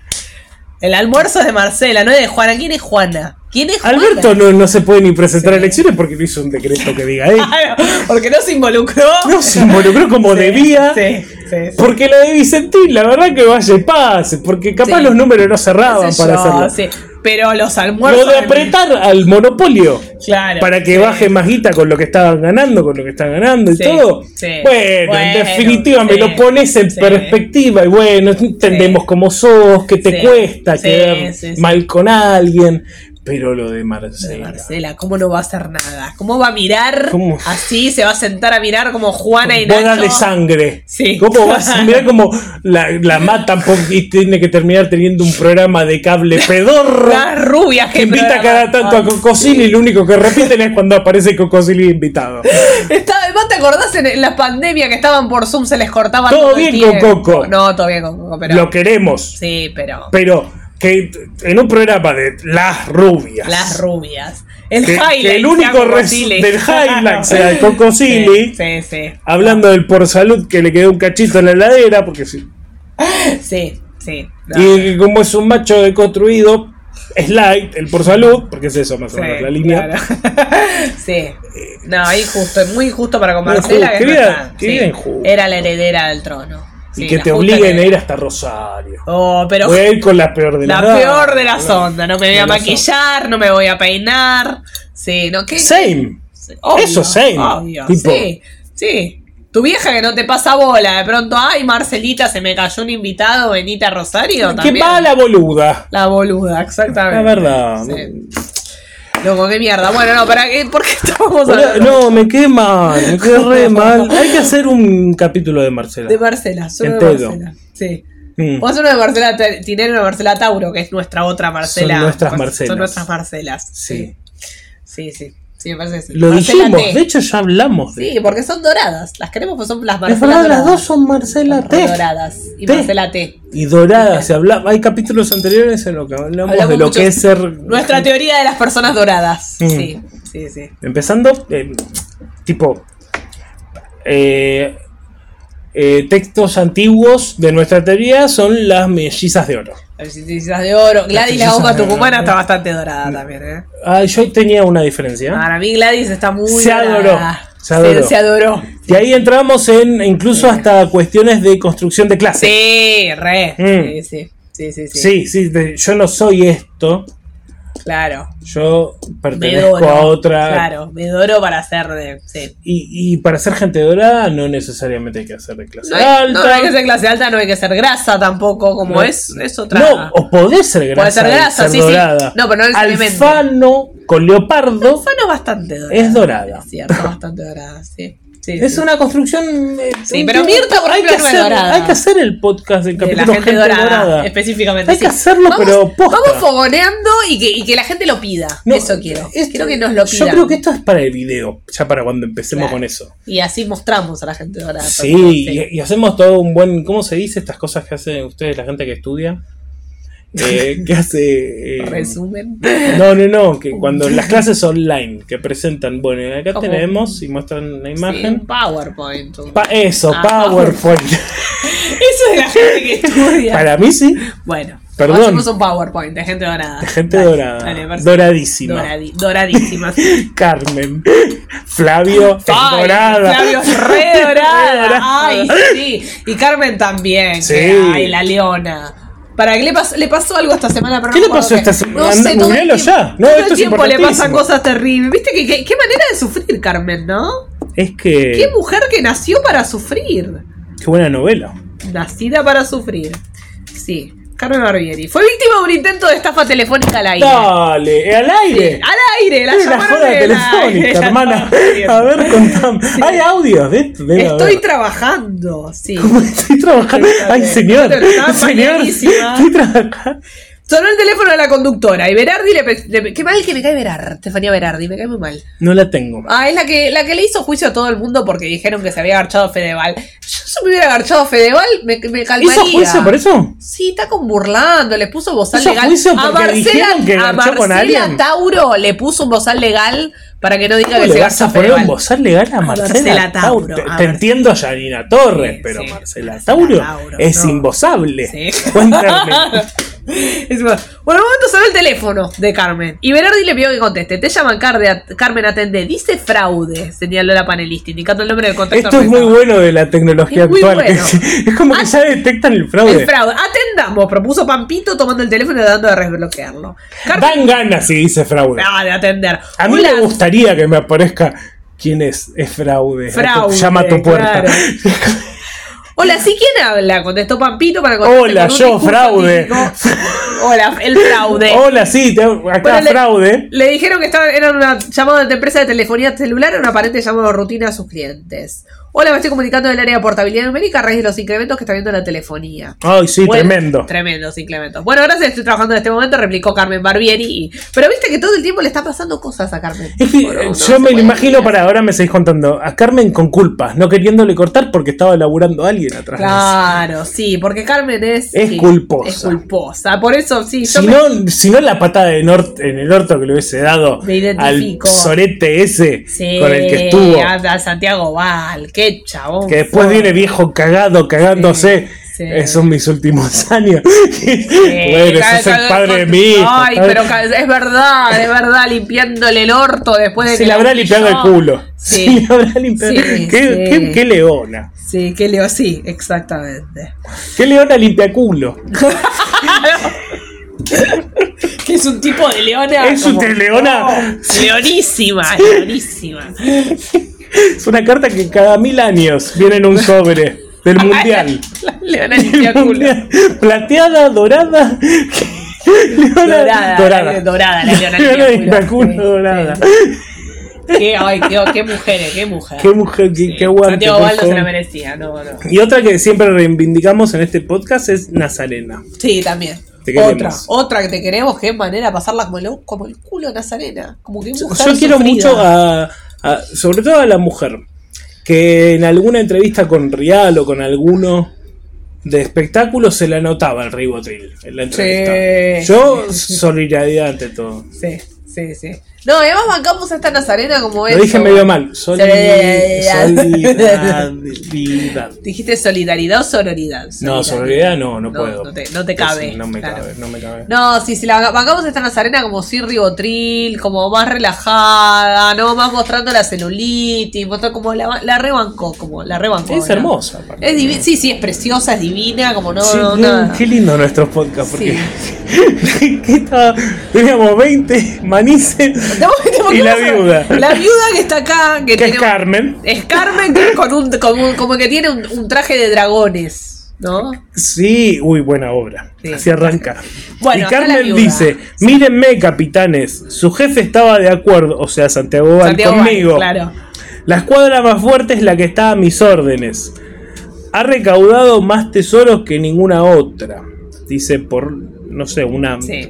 [SPEAKER 2] El almuerzo es de Marcela, no es de Juana. ¿Quién es Juana? ¿Quién es Juana?
[SPEAKER 1] Alberto no, no se puede ni presentar a elecciones porque no hizo un decreto que diga él.
[SPEAKER 2] Claro, porque Ah, no se involucró.
[SPEAKER 1] No se involucró como debía.
[SPEAKER 2] Sí, sí, sí.
[SPEAKER 1] Porque la de Vicentín, la verdad que vaya y pase, porque capaz
[SPEAKER 2] Sí.
[SPEAKER 1] los números no
[SPEAKER 2] No
[SPEAKER 1] cerraban
[SPEAKER 2] sé
[SPEAKER 1] para
[SPEAKER 2] yo,
[SPEAKER 1] hacerlo.
[SPEAKER 2] sí. Pero los almuerzos.
[SPEAKER 1] Lo de
[SPEAKER 2] de mi-
[SPEAKER 1] apretar al monopolio
[SPEAKER 2] Claro.
[SPEAKER 1] para que
[SPEAKER 2] sí.
[SPEAKER 1] baje más guita con lo que estaban ganando, con lo que están ganando y
[SPEAKER 2] Sí,
[SPEAKER 1] todo.
[SPEAKER 2] sí.
[SPEAKER 1] Bueno, en
[SPEAKER 2] Bueno,
[SPEAKER 1] definitiva me
[SPEAKER 2] sí,
[SPEAKER 1] lo pones en
[SPEAKER 2] sí.
[SPEAKER 1] perspectiva y bueno, entendemos
[SPEAKER 2] Sí.
[SPEAKER 1] cómo sos, que te
[SPEAKER 2] Sí,
[SPEAKER 1] cuesta
[SPEAKER 2] sí,
[SPEAKER 1] quedar
[SPEAKER 2] sí, sí.
[SPEAKER 1] mal con alguien, pero lo de
[SPEAKER 2] Lo de
[SPEAKER 1] Marcela.
[SPEAKER 2] Marcela, ¿cómo no va a hacer nada? ¿Cómo va a mirar
[SPEAKER 1] ¿Cómo?
[SPEAKER 2] así? Se va a sentar a mirar como Juana y
[SPEAKER 1] Boda
[SPEAKER 2] Nacho.
[SPEAKER 1] de sangre.
[SPEAKER 2] Sí.
[SPEAKER 1] ¿Cómo vas a mirar cómo la, la matan por- y tiene que terminar teniendo un programa de cable pedorro?
[SPEAKER 2] Las rubias que
[SPEAKER 1] Que invita cada tanto a Cocosili y lo único que repiten es cuando aparece Cocosili invitado.
[SPEAKER 2] Estaba, además, ¿te acordás en, en la pandemia que estaban por Zoom? Se les cortaba
[SPEAKER 1] Todo
[SPEAKER 2] todo,
[SPEAKER 1] bien
[SPEAKER 2] el
[SPEAKER 1] con
[SPEAKER 2] tiempo?
[SPEAKER 1] Coco.
[SPEAKER 2] No, todo bien con Coco, pero.
[SPEAKER 1] Lo queremos.
[SPEAKER 2] Sí, pero.
[SPEAKER 1] Pero que en un programa de las rubias.
[SPEAKER 2] Las rubias. El
[SPEAKER 1] que,
[SPEAKER 2] highlight.
[SPEAKER 1] que el único
[SPEAKER 2] Thiago
[SPEAKER 1] res-
[SPEAKER 2] Basile.
[SPEAKER 1] del highlight sea de Cocosili.
[SPEAKER 2] Sí, sí, sí.
[SPEAKER 1] Hablando del por salud que le quedó un cachito en la heladera, porque sí.
[SPEAKER 2] Sí, sí. no.
[SPEAKER 1] Y que como es un macho deconstruido, es light, el por salud, porque es eso más o
[SPEAKER 2] Sí,
[SPEAKER 1] menos la línea.
[SPEAKER 2] claro. sí. No, injusto, muy injusto para con
[SPEAKER 1] Muy
[SPEAKER 2] Marcela.
[SPEAKER 1] injusto, qué
[SPEAKER 2] que es
[SPEAKER 1] vida-
[SPEAKER 2] nuestra-
[SPEAKER 1] qué
[SPEAKER 2] sí,
[SPEAKER 1] vida injusta.
[SPEAKER 2] Era la heredera del trono.
[SPEAKER 1] Y
[SPEAKER 2] Sí,
[SPEAKER 1] que
[SPEAKER 2] la
[SPEAKER 1] te
[SPEAKER 2] justa
[SPEAKER 1] obliguen a
[SPEAKER 2] heredera.
[SPEAKER 1] ir hasta Rosario.
[SPEAKER 2] Oh, pero
[SPEAKER 1] Voy a ir con la peor de
[SPEAKER 2] la
[SPEAKER 1] las
[SPEAKER 2] peor de las
[SPEAKER 1] ondas.
[SPEAKER 2] ondas. No me voy
[SPEAKER 1] de
[SPEAKER 2] a
[SPEAKER 1] las
[SPEAKER 2] maquillar, no me voy a peinar. Sí, no, ¿qué?
[SPEAKER 1] Same.
[SPEAKER 2] Obvio,
[SPEAKER 1] Eso, same.
[SPEAKER 2] obvio,
[SPEAKER 1] Tipo-
[SPEAKER 2] Sí, sí. Tu vieja que no te pasa bola, de pronto, ay, Marcelita, se me cayó un invitado, Benita Rosario.
[SPEAKER 1] Qué
[SPEAKER 2] también.
[SPEAKER 1] mala boluda.
[SPEAKER 2] La boluda, exactamente.
[SPEAKER 1] La verdad.
[SPEAKER 2] Sí. Loco, qué mierda. Bueno, no, ¿para qué? ¿por qué estábamos
[SPEAKER 1] Boluda,
[SPEAKER 2] hablando
[SPEAKER 1] No, me quedé mal, me quedé re mal. Hay que hacer un capítulo de Marcela.
[SPEAKER 2] de Marcela? Solo de
[SPEAKER 1] Entiendo.
[SPEAKER 2] Marcela. Sí.
[SPEAKER 1] Mm.
[SPEAKER 2] Vos uno de Marcela T- Tinero y una Marcela Tauro, que es nuestra otra Marcela.
[SPEAKER 1] Son nuestras
[SPEAKER 2] Mar-
[SPEAKER 1] Marcelas.
[SPEAKER 2] Son nuestras Marcelas.
[SPEAKER 1] Sí.
[SPEAKER 2] Sí, sí. Sí, me parece que sí.
[SPEAKER 1] Lo
[SPEAKER 2] Marcela
[SPEAKER 1] dijimos,
[SPEAKER 2] T.
[SPEAKER 1] de hecho ya hablamos de
[SPEAKER 2] Sí, porque son doradas. Las queremos porque son las
[SPEAKER 1] Es
[SPEAKER 2] Marcelas
[SPEAKER 1] verdad, las
[SPEAKER 2] doradas.
[SPEAKER 1] dos son Marcela
[SPEAKER 2] Son
[SPEAKER 1] T.
[SPEAKER 2] doradas. Y
[SPEAKER 1] T.
[SPEAKER 2] Marcela T.
[SPEAKER 1] Y dorada, se habla... hay capítulos anteriores en los que hablamos,
[SPEAKER 2] Hablamos
[SPEAKER 1] de lo
[SPEAKER 2] mucho-
[SPEAKER 1] que es ser... eh,
[SPEAKER 2] Nuestra teoría de las personas doradas.
[SPEAKER 1] Mm.
[SPEAKER 2] Sí, sí, sí.
[SPEAKER 1] Empezando, eh, tipo, eh, eh, textos antiguos de nuestra teoría son las mellizas de oro.
[SPEAKER 2] Las princesas de oro. Gladys la
[SPEAKER 1] princesas
[SPEAKER 2] goma
[SPEAKER 1] de oro.
[SPEAKER 2] tucumana está bastante dorada también, ¿eh?
[SPEAKER 1] Ah, yo tenía una diferencia.
[SPEAKER 2] Para mí Gladys está muy
[SPEAKER 1] Se
[SPEAKER 2] dorada.
[SPEAKER 1] adoró, se adoró.
[SPEAKER 2] Se, se adoró.
[SPEAKER 1] Y ahí entramos en incluso hasta cuestiones de construcción de clase.
[SPEAKER 2] Sí, re.
[SPEAKER 1] Mm.
[SPEAKER 2] Sí, sí. Sí, sí, sí.
[SPEAKER 1] Sí, sí, de- yo no soy esto,
[SPEAKER 2] Claro.
[SPEAKER 1] yo
[SPEAKER 2] Me
[SPEAKER 1] pertenezco
[SPEAKER 2] doro.
[SPEAKER 1] a otra.
[SPEAKER 2] Claro, me doro para ser de. Sí.
[SPEAKER 1] Y, y para ser gente dorada no necesariamente hay que hacer de clase
[SPEAKER 2] No hay,
[SPEAKER 1] alta.
[SPEAKER 2] no, no hay que ser clase alta, no hay que ser grasa tampoco, como
[SPEAKER 1] No.
[SPEAKER 2] es, es otra.
[SPEAKER 1] No, o podés ser grasa.
[SPEAKER 2] Podés ser
[SPEAKER 1] y
[SPEAKER 2] grasa, sí, sí.
[SPEAKER 1] dorada.
[SPEAKER 2] No, pero no necesariamente.
[SPEAKER 1] Alfano con leopardo
[SPEAKER 2] Fano es bastante dorada.
[SPEAKER 1] es dorada.
[SPEAKER 2] Es cierto, bastante dorada, sí. Sí,
[SPEAKER 1] Es
[SPEAKER 2] sí.
[SPEAKER 1] una construcción. eh,
[SPEAKER 2] Sí, pero Mirta, por
[SPEAKER 1] hay
[SPEAKER 2] ejemplo,
[SPEAKER 1] que,
[SPEAKER 2] no es
[SPEAKER 1] hacer,
[SPEAKER 2] dorada.
[SPEAKER 1] hay que hacer el podcast del
[SPEAKER 2] de
[SPEAKER 1] capítulo
[SPEAKER 2] la gente, dorada, específicamente.
[SPEAKER 1] Hay que hacerlo, pero posta.
[SPEAKER 2] Vamos fogoneando y que, y que la gente lo pida.
[SPEAKER 1] No,
[SPEAKER 2] eso quiero.
[SPEAKER 1] esto-
[SPEAKER 2] quiero que nos lo
[SPEAKER 1] Yo
[SPEAKER 2] pidan.
[SPEAKER 1] creo que esto es para el video, ya para cuando empecemos
[SPEAKER 2] Claro.
[SPEAKER 1] con eso.
[SPEAKER 2] Y así mostramos a la gente dorada.
[SPEAKER 1] Sí, y, y hacemos todo un buen. ¿Cómo se dice estas cosas que hacen ustedes, la gente que estudia? Eh, que hace. eh,
[SPEAKER 2] Resumen.
[SPEAKER 1] No, no, no, que cuando las clases online que presentan, bueno, acá
[SPEAKER 2] Como-
[SPEAKER 1] tenemos y muestran la
[SPEAKER 2] Sí,
[SPEAKER 1] imagen.
[SPEAKER 2] un PowerPoint. un-
[SPEAKER 1] Pa- eso,
[SPEAKER 2] Ah,
[SPEAKER 1] PowerPoint.
[SPEAKER 2] Eso es la gente que estudia.
[SPEAKER 1] Para mí sí,
[SPEAKER 2] Bueno,
[SPEAKER 1] Perdón.
[SPEAKER 2] hacemos un PowerPoint de gente dorada.
[SPEAKER 1] de gente
[SPEAKER 2] Dale,
[SPEAKER 1] dorada.
[SPEAKER 2] dale, Marcelo.
[SPEAKER 1] doradísima.
[SPEAKER 2] Doradi- doradísima.
[SPEAKER 1] Carmen. Flavio es
[SPEAKER 2] Ay,
[SPEAKER 1] dorada.
[SPEAKER 2] Flavio es re
[SPEAKER 1] Re dorada.
[SPEAKER 2] dorada. Ay, sí. Y Carmen también.
[SPEAKER 1] Sí.
[SPEAKER 2] que- Ay, la leona. Para que le pasó, le pasó algo esta semana, pero
[SPEAKER 1] ¿Qué
[SPEAKER 2] no
[SPEAKER 1] le pasó
[SPEAKER 2] me acuerdo
[SPEAKER 1] esta
[SPEAKER 2] qué.
[SPEAKER 1] semana?
[SPEAKER 2] No
[SPEAKER 1] Anda,
[SPEAKER 2] sé, todo el
[SPEAKER 1] googlealo
[SPEAKER 2] tiempo-
[SPEAKER 1] ya. No,
[SPEAKER 2] todo
[SPEAKER 1] esto
[SPEAKER 2] el
[SPEAKER 1] es
[SPEAKER 2] tiempo le pasan
[SPEAKER 1] importantísimo.
[SPEAKER 2] cosas terribles. ¿Viste que, que- qué manera de sufrir, Carmen, no?
[SPEAKER 1] Es que.
[SPEAKER 2] Qué mujer que nació para sufrir.
[SPEAKER 1] Qué buena novela.
[SPEAKER 2] Nacida para sufrir. Sí. Carmen Barbieri. Fue víctima de un intento de estafa telefónica al aire.
[SPEAKER 1] Dale, al aire.
[SPEAKER 2] Sí, al aire, la
[SPEAKER 1] Es una
[SPEAKER 2] llamaron
[SPEAKER 1] joda
[SPEAKER 2] del aire,
[SPEAKER 1] telefónica,
[SPEAKER 2] la
[SPEAKER 1] hermana.
[SPEAKER 2] estafa telefónica.
[SPEAKER 1] A ver, contame. Hay audios de esto. debe
[SPEAKER 2] Estoy
[SPEAKER 1] haber.
[SPEAKER 2] trabajando, sí.
[SPEAKER 1] Estoy trabajando. Ay, señor.
[SPEAKER 2] Pero estaba
[SPEAKER 1] Señor.
[SPEAKER 2] mañanísima.
[SPEAKER 1] Estoy trabajando.
[SPEAKER 2] Sonó el teléfono de la conductora y Berardi le, pe- le pe- Qué mal que me cae Berardi, Estefanía Berardi, me cae muy mal.
[SPEAKER 1] No la tengo.
[SPEAKER 2] Ah, es la que, la que le hizo juicio a todo el mundo porque dijeron que se había agarchado a Fedeval. Yo si me hubiera agarchado a Fedeval, me, me calmaría.
[SPEAKER 1] ¿Hizo juicio por eso?
[SPEAKER 2] Sí, está con burlando, le puso bozal
[SPEAKER 1] Hizo
[SPEAKER 2] legal.
[SPEAKER 1] juicio porque
[SPEAKER 2] a Marcela,
[SPEAKER 1] dijeron que
[SPEAKER 2] a
[SPEAKER 1] garchó con
[SPEAKER 2] Marcela
[SPEAKER 1] alguien.
[SPEAKER 2] Tauro le puso un bozal legal para que no diga
[SPEAKER 1] ¿Cómo
[SPEAKER 2] que se
[SPEAKER 1] le vas
[SPEAKER 2] garcha
[SPEAKER 1] a poner un
[SPEAKER 2] Fedeval.
[SPEAKER 1] bozal legal a Marcela
[SPEAKER 2] Marcela
[SPEAKER 1] Tauro?
[SPEAKER 2] Tauro,
[SPEAKER 1] Te,
[SPEAKER 2] a
[SPEAKER 1] te
[SPEAKER 2] ver.
[SPEAKER 1] entiendo, Janina Torres,
[SPEAKER 2] Sí,
[SPEAKER 1] pero
[SPEAKER 2] sí,
[SPEAKER 1] Marcela
[SPEAKER 2] Marcela
[SPEAKER 1] Tauro,
[SPEAKER 2] Tauro,
[SPEAKER 1] es
[SPEAKER 2] no.
[SPEAKER 1] imbosable.
[SPEAKER 2] Sí.
[SPEAKER 1] Cuéntame.
[SPEAKER 2] Es verdad. bueno, en un momento sonó el teléfono de Carmen. Y Berardi le pidió que conteste. Te llaman Carde- Carmen Atende. Dice fraude, señaló la panelista, indicando el nombre del contacto.
[SPEAKER 1] Esto es muy
[SPEAKER 2] afectado.
[SPEAKER 1] bueno de la tecnología
[SPEAKER 2] Es muy
[SPEAKER 1] actual. que
[SPEAKER 2] bueno.
[SPEAKER 1] sí. es como que
[SPEAKER 2] Ah,
[SPEAKER 1] ya detectan el fraude.
[SPEAKER 2] El fraude. Atendamos, propuso Pampito tomando el teléfono y dando de desbloquearlo.
[SPEAKER 1] Dan
[SPEAKER 2] Carmen
[SPEAKER 1] ganas si dice fraude.
[SPEAKER 2] Ah, de atender.
[SPEAKER 1] A mí
[SPEAKER 2] Hola.
[SPEAKER 1] me gustaría que me aparezca quién es. Es fraude.
[SPEAKER 2] Fraude,
[SPEAKER 1] Llama a tu puerta.
[SPEAKER 2] claro. Hola, ¿sí quién habla? Contestó Pampito para contestar
[SPEAKER 1] Hola,
[SPEAKER 2] con un
[SPEAKER 1] yo,
[SPEAKER 2] discurso
[SPEAKER 1] fraude.
[SPEAKER 2] típico. Hola, el fraude.
[SPEAKER 1] Hola, sí, te- acá
[SPEAKER 2] Bueno, le-
[SPEAKER 1] fraude.
[SPEAKER 2] Le dijeron que estaba, era una llamada de empresa de telefonía celular, un aparente llamado rutina a sus clientes. Hola, me estoy comunicando del área de portabilidad numérica a raíz de los incrementos que está viendo la telefonía.
[SPEAKER 1] Ay, sí,
[SPEAKER 2] Bueno,
[SPEAKER 1] tremendo.
[SPEAKER 2] Tremendos incrementos. Bueno, gracias, estoy trabajando en este momento, replicó Carmen Barbieri. y- pero viste que todo el tiempo le está pasando cosas a Carmen.
[SPEAKER 1] Es que,
[SPEAKER 2] Bueno,
[SPEAKER 1] eh, yo
[SPEAKER 2] no se
[SPEAKER 1] me lo
[SPEAKER 2] puede
[SPEAKER 1] imagino
[SPEAKER 2] decir.
[SPEAKER 1] para ahora me seguís contando a Carmen con culpas, no queriéndole cortar porque estaba laburando a alguien atrás. de
[SPEAKER 2] Claro, sí, porque Carmen es.
[SPEAKER 1] Es
[SPEAKER 2] sí,
[SPEAKER 1] culposa.
[SPEAKER 2] Es culposa. Por eso, sí,
[SPEAKER 1] eso. Si
[SPEAKER 2] yo me-
[SPEAKER 1] no, si no la patada en, or- en el orto que le hubiese dado
[SPEAKER 2] Me
[SPEAKER 1] al
[SPEAKER 2] identifico.
[SPEAKER 1] sorete ese
[SPEAKER 2] Sí,
[SPEAKER 1] con el que estuvo,
[SPEAKER 2] anda Santiago Val, qué chabón.
[SPEAKER 1] que después
[SPEAKER 2] fue.
[SPEAKER 1] viene viejo cagado, cagándose.
[SPEAKER 2] sí.
[SPEAKER 1] Esos son mis últimos años.
[SPEAKER 2] Sí,
[SPEAKER 1] bueno,
[SPEAKER 2] cada-
[SPEAKER 1] ese es el
[SPEAKER 2] cada-
[SPEAKER 1] padre de
[SPEAKER 2] con-
[SPEAKER 1] mi hijo.
[SPEAKER 2] Ay,
[SPEAKER 1] padre-
[SPEAKER 2] pero ca- es verdad, es verdad, limpiándole el orto después de
[SPEAKER 1] Se
[SPEAKER 2] que
[SPEAKER 1] le
[SPEAKER 2] la
[SPEAKER 1] habrá
[SPEAKER 2] humilló.
[SPEAKER 1] limpiado el culo.
[SPEAKER 2] Sí.
[SPEAKER 1] Se le habrá limpiado.
[SPEAKER 2] Sí,
[SPEAKER 1] qué,
[SPEAKER 2] sí.
[SPEAKER 1] qué- qué leona.
[SPEAKER 2] Sí, que leo, sí, exactamente.
[SPEAKER 1] Qué leona limpia culo.
[SPEAKER 2] que es un tipo de leona.
[SPEAKER 1] Es un
[SPEAKER 2] como-
[SPEAKER 1] leona.
[SPEAKER 2] Leonísima, leonísima.
[SPEAKER 1] Es una carta que cada mil años viene en un sobre del mundial.
[SPEAKER 2] La leona limpia culo.
[SPEAKER 1] Plateada, dorada. Leona-
[SPEAKER 2] Dorada,
[SPEAKER 1] dorada.
[SPEAKER 2] la- dorada, la leona
[SPEAKER 1] Leona
[SPEAKER 2] limpia
[SPEAKER 1] limpia culo
[SPEAKER 2] culo, sí,
[SPEAKER 1] dorada.
[SPEAKER 2] Qué, ay, qué, qué mujeres, qué mujer.
[SPEAKER 1] Qué mujer, qué, qué guante,
[SPEAKER 2] Santiago
[SPEAKER 1] por
[SPEAKER 2] Val no se
[SPEAKER 1] favor.
[SPEAKER 2] la merecía, no, no.
[SPEAKER 1] Y otra que siempre reivindicamos en este podcast es Nazarena.
[SPEAKER 2] Sí, también.
[SPEAKER 1] Te
[SPEAKER 2] Otra,
[SPEAKER 1] queremos.
[SPEAKER 2] otra que te queremos, qué manera pasarla como el, como el culo Nazarena. Como que mujer
[SPEAKER 1] Yo quiero
[SPEAKER 2] sufrida.
[SPEAKER 1] mucho a, a- sobre todo a la mujer, que en alguna entrevista con Rial o con alguno de espectáculos se la notaba el ribotril en la entrevista.
[SPEAKER 2] Sí.
[SPEAKER 1] Yo solidaridad ante todo.
[SPEAKER 2] Sí, sí, sí. No, además bancamos a esta Nazarena como es.
[SPEAKER 1] Lo dije medio mal. Soli-
[SPEAKER 2] Solidaridad.
[SPEAKER 1] solidaridad.
[SPEAKER 2] Dijiste solidaridad o sororidad.
[SPEAKER 1] No, solidaridad no, no,
[SPEAKER 2] No,
[SPEAKER 1] puedo.
[SPEAKER 2] no te- no te cabe,
[SPEAKER 1] Eso No me
[SPEAKER 2] claro.
[SPEAKER 1] cabe, no me cabe.
[SPEAKER 2] No, sí, si la banca- bancamos a esta Nazarena como sí ribotril, como más relajada, no más mostrando la celulitis, mostrando como la, la rebancó, como la rebancó.
[SPEAKER 1] Es
[SPEAKER 2] ¿no?
[SPEAKER 1] hermosa, aparte.
[SPEAKER 2] Es divi- sí, sí, es preciosa, es divina, como no,
[SPEAKER 1] Sí,
[SPEAKER 2] no,
[SPEAKER 1] qué-
[SPEAKER 2] nada.
[SPEAKER 1] Qué lindo nuestros podcasts, porque
[SPEAKER 2] Sí.
[SPEAKER 1] que estaba- teníamos 20 manices
[SPEAKER 2] No, ¿por qué
[SPEAKER 1] y la
[SPEAKER 2] vas a-
[SPEAKER 1] viuda,
[SPEAKER 2] La viuda que está acá, que,
[SPEAKER 1] que es
[SPEAKER 2] tiene-
[SPEAKER 1] Carmen.
[SPEAKER 2] es Carmen que con un, con un- como que tiene un, un traje de dragones, ¿no?
[SPEAKER 1] Sí, uy, buena obra.
[SPEAKER 2] Sí.
[SPEAKER 1] Así arranca.
[SPEAKER 2] Bueno,
[SPEAKER 1] y
[SPEAKER 2] está la
[SPEAKER 1] Carmen
[SPEAKER 2] viuda.
[SPEAKER 1] dice: Mírenme, capitanes, su jefe estaba de acuerdo, o sea, Santiago Val,
[SPEAKER 2] Santiago Val,
[SPEAKER 1] conmigo.
[SPEAKER 2] claro.
[SPEAKER 1] La escuadra más fuerte es la que está a mis órdenes. Ha recaudado más tesoros que ninguna otra. Dice por, no sé, una.
[SPEAKER 2] Sí.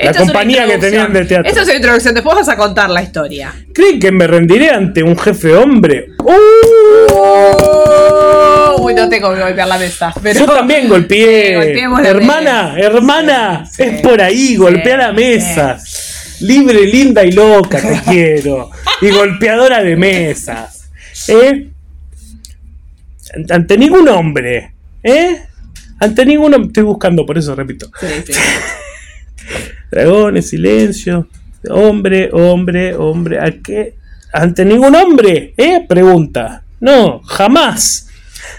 [SPEAKER 1] La
[SPEAKER 2] Esto es una
[SPEAKER 1] compañía que
[SPEAKER 2] introducción.
[SPEAKER 1] tenían de teatro.
[SPEAKER 2] Esto es una introducción, después vas a contar la historia.
[SPEAKER 1] ¿Creen que me rendiré ante un jefe hombre? ¡Oh! ¡Uh!
[SPEAKER 2] Oh, Uy, no tengo que golpear la mesa. Pero
[SPEAKER 1] Yo también golpeé.
[SPEAKER 2] Sí, golpeemos la
[SPEAKER 1] hermana, hermana,
[SPEAKER 2] Sí,
[SPEAKER 1] es por ahí, golpea la mesa. Libre, linda y loca, te quiero. Y golpeadora de mesas. ¿Eh? Ant- Ante ningún hombre. ¿Eh? Ante ningún hombre. Estoy buscando, por eso repito.
[SPEAKER 2] Sí, sí.
[SPEAKER 1] Dragones, silencio. Hombre, hombre, hombre. ¿A qué? Ante ningún hombre, ¿eh? Pregunta. No, jamás.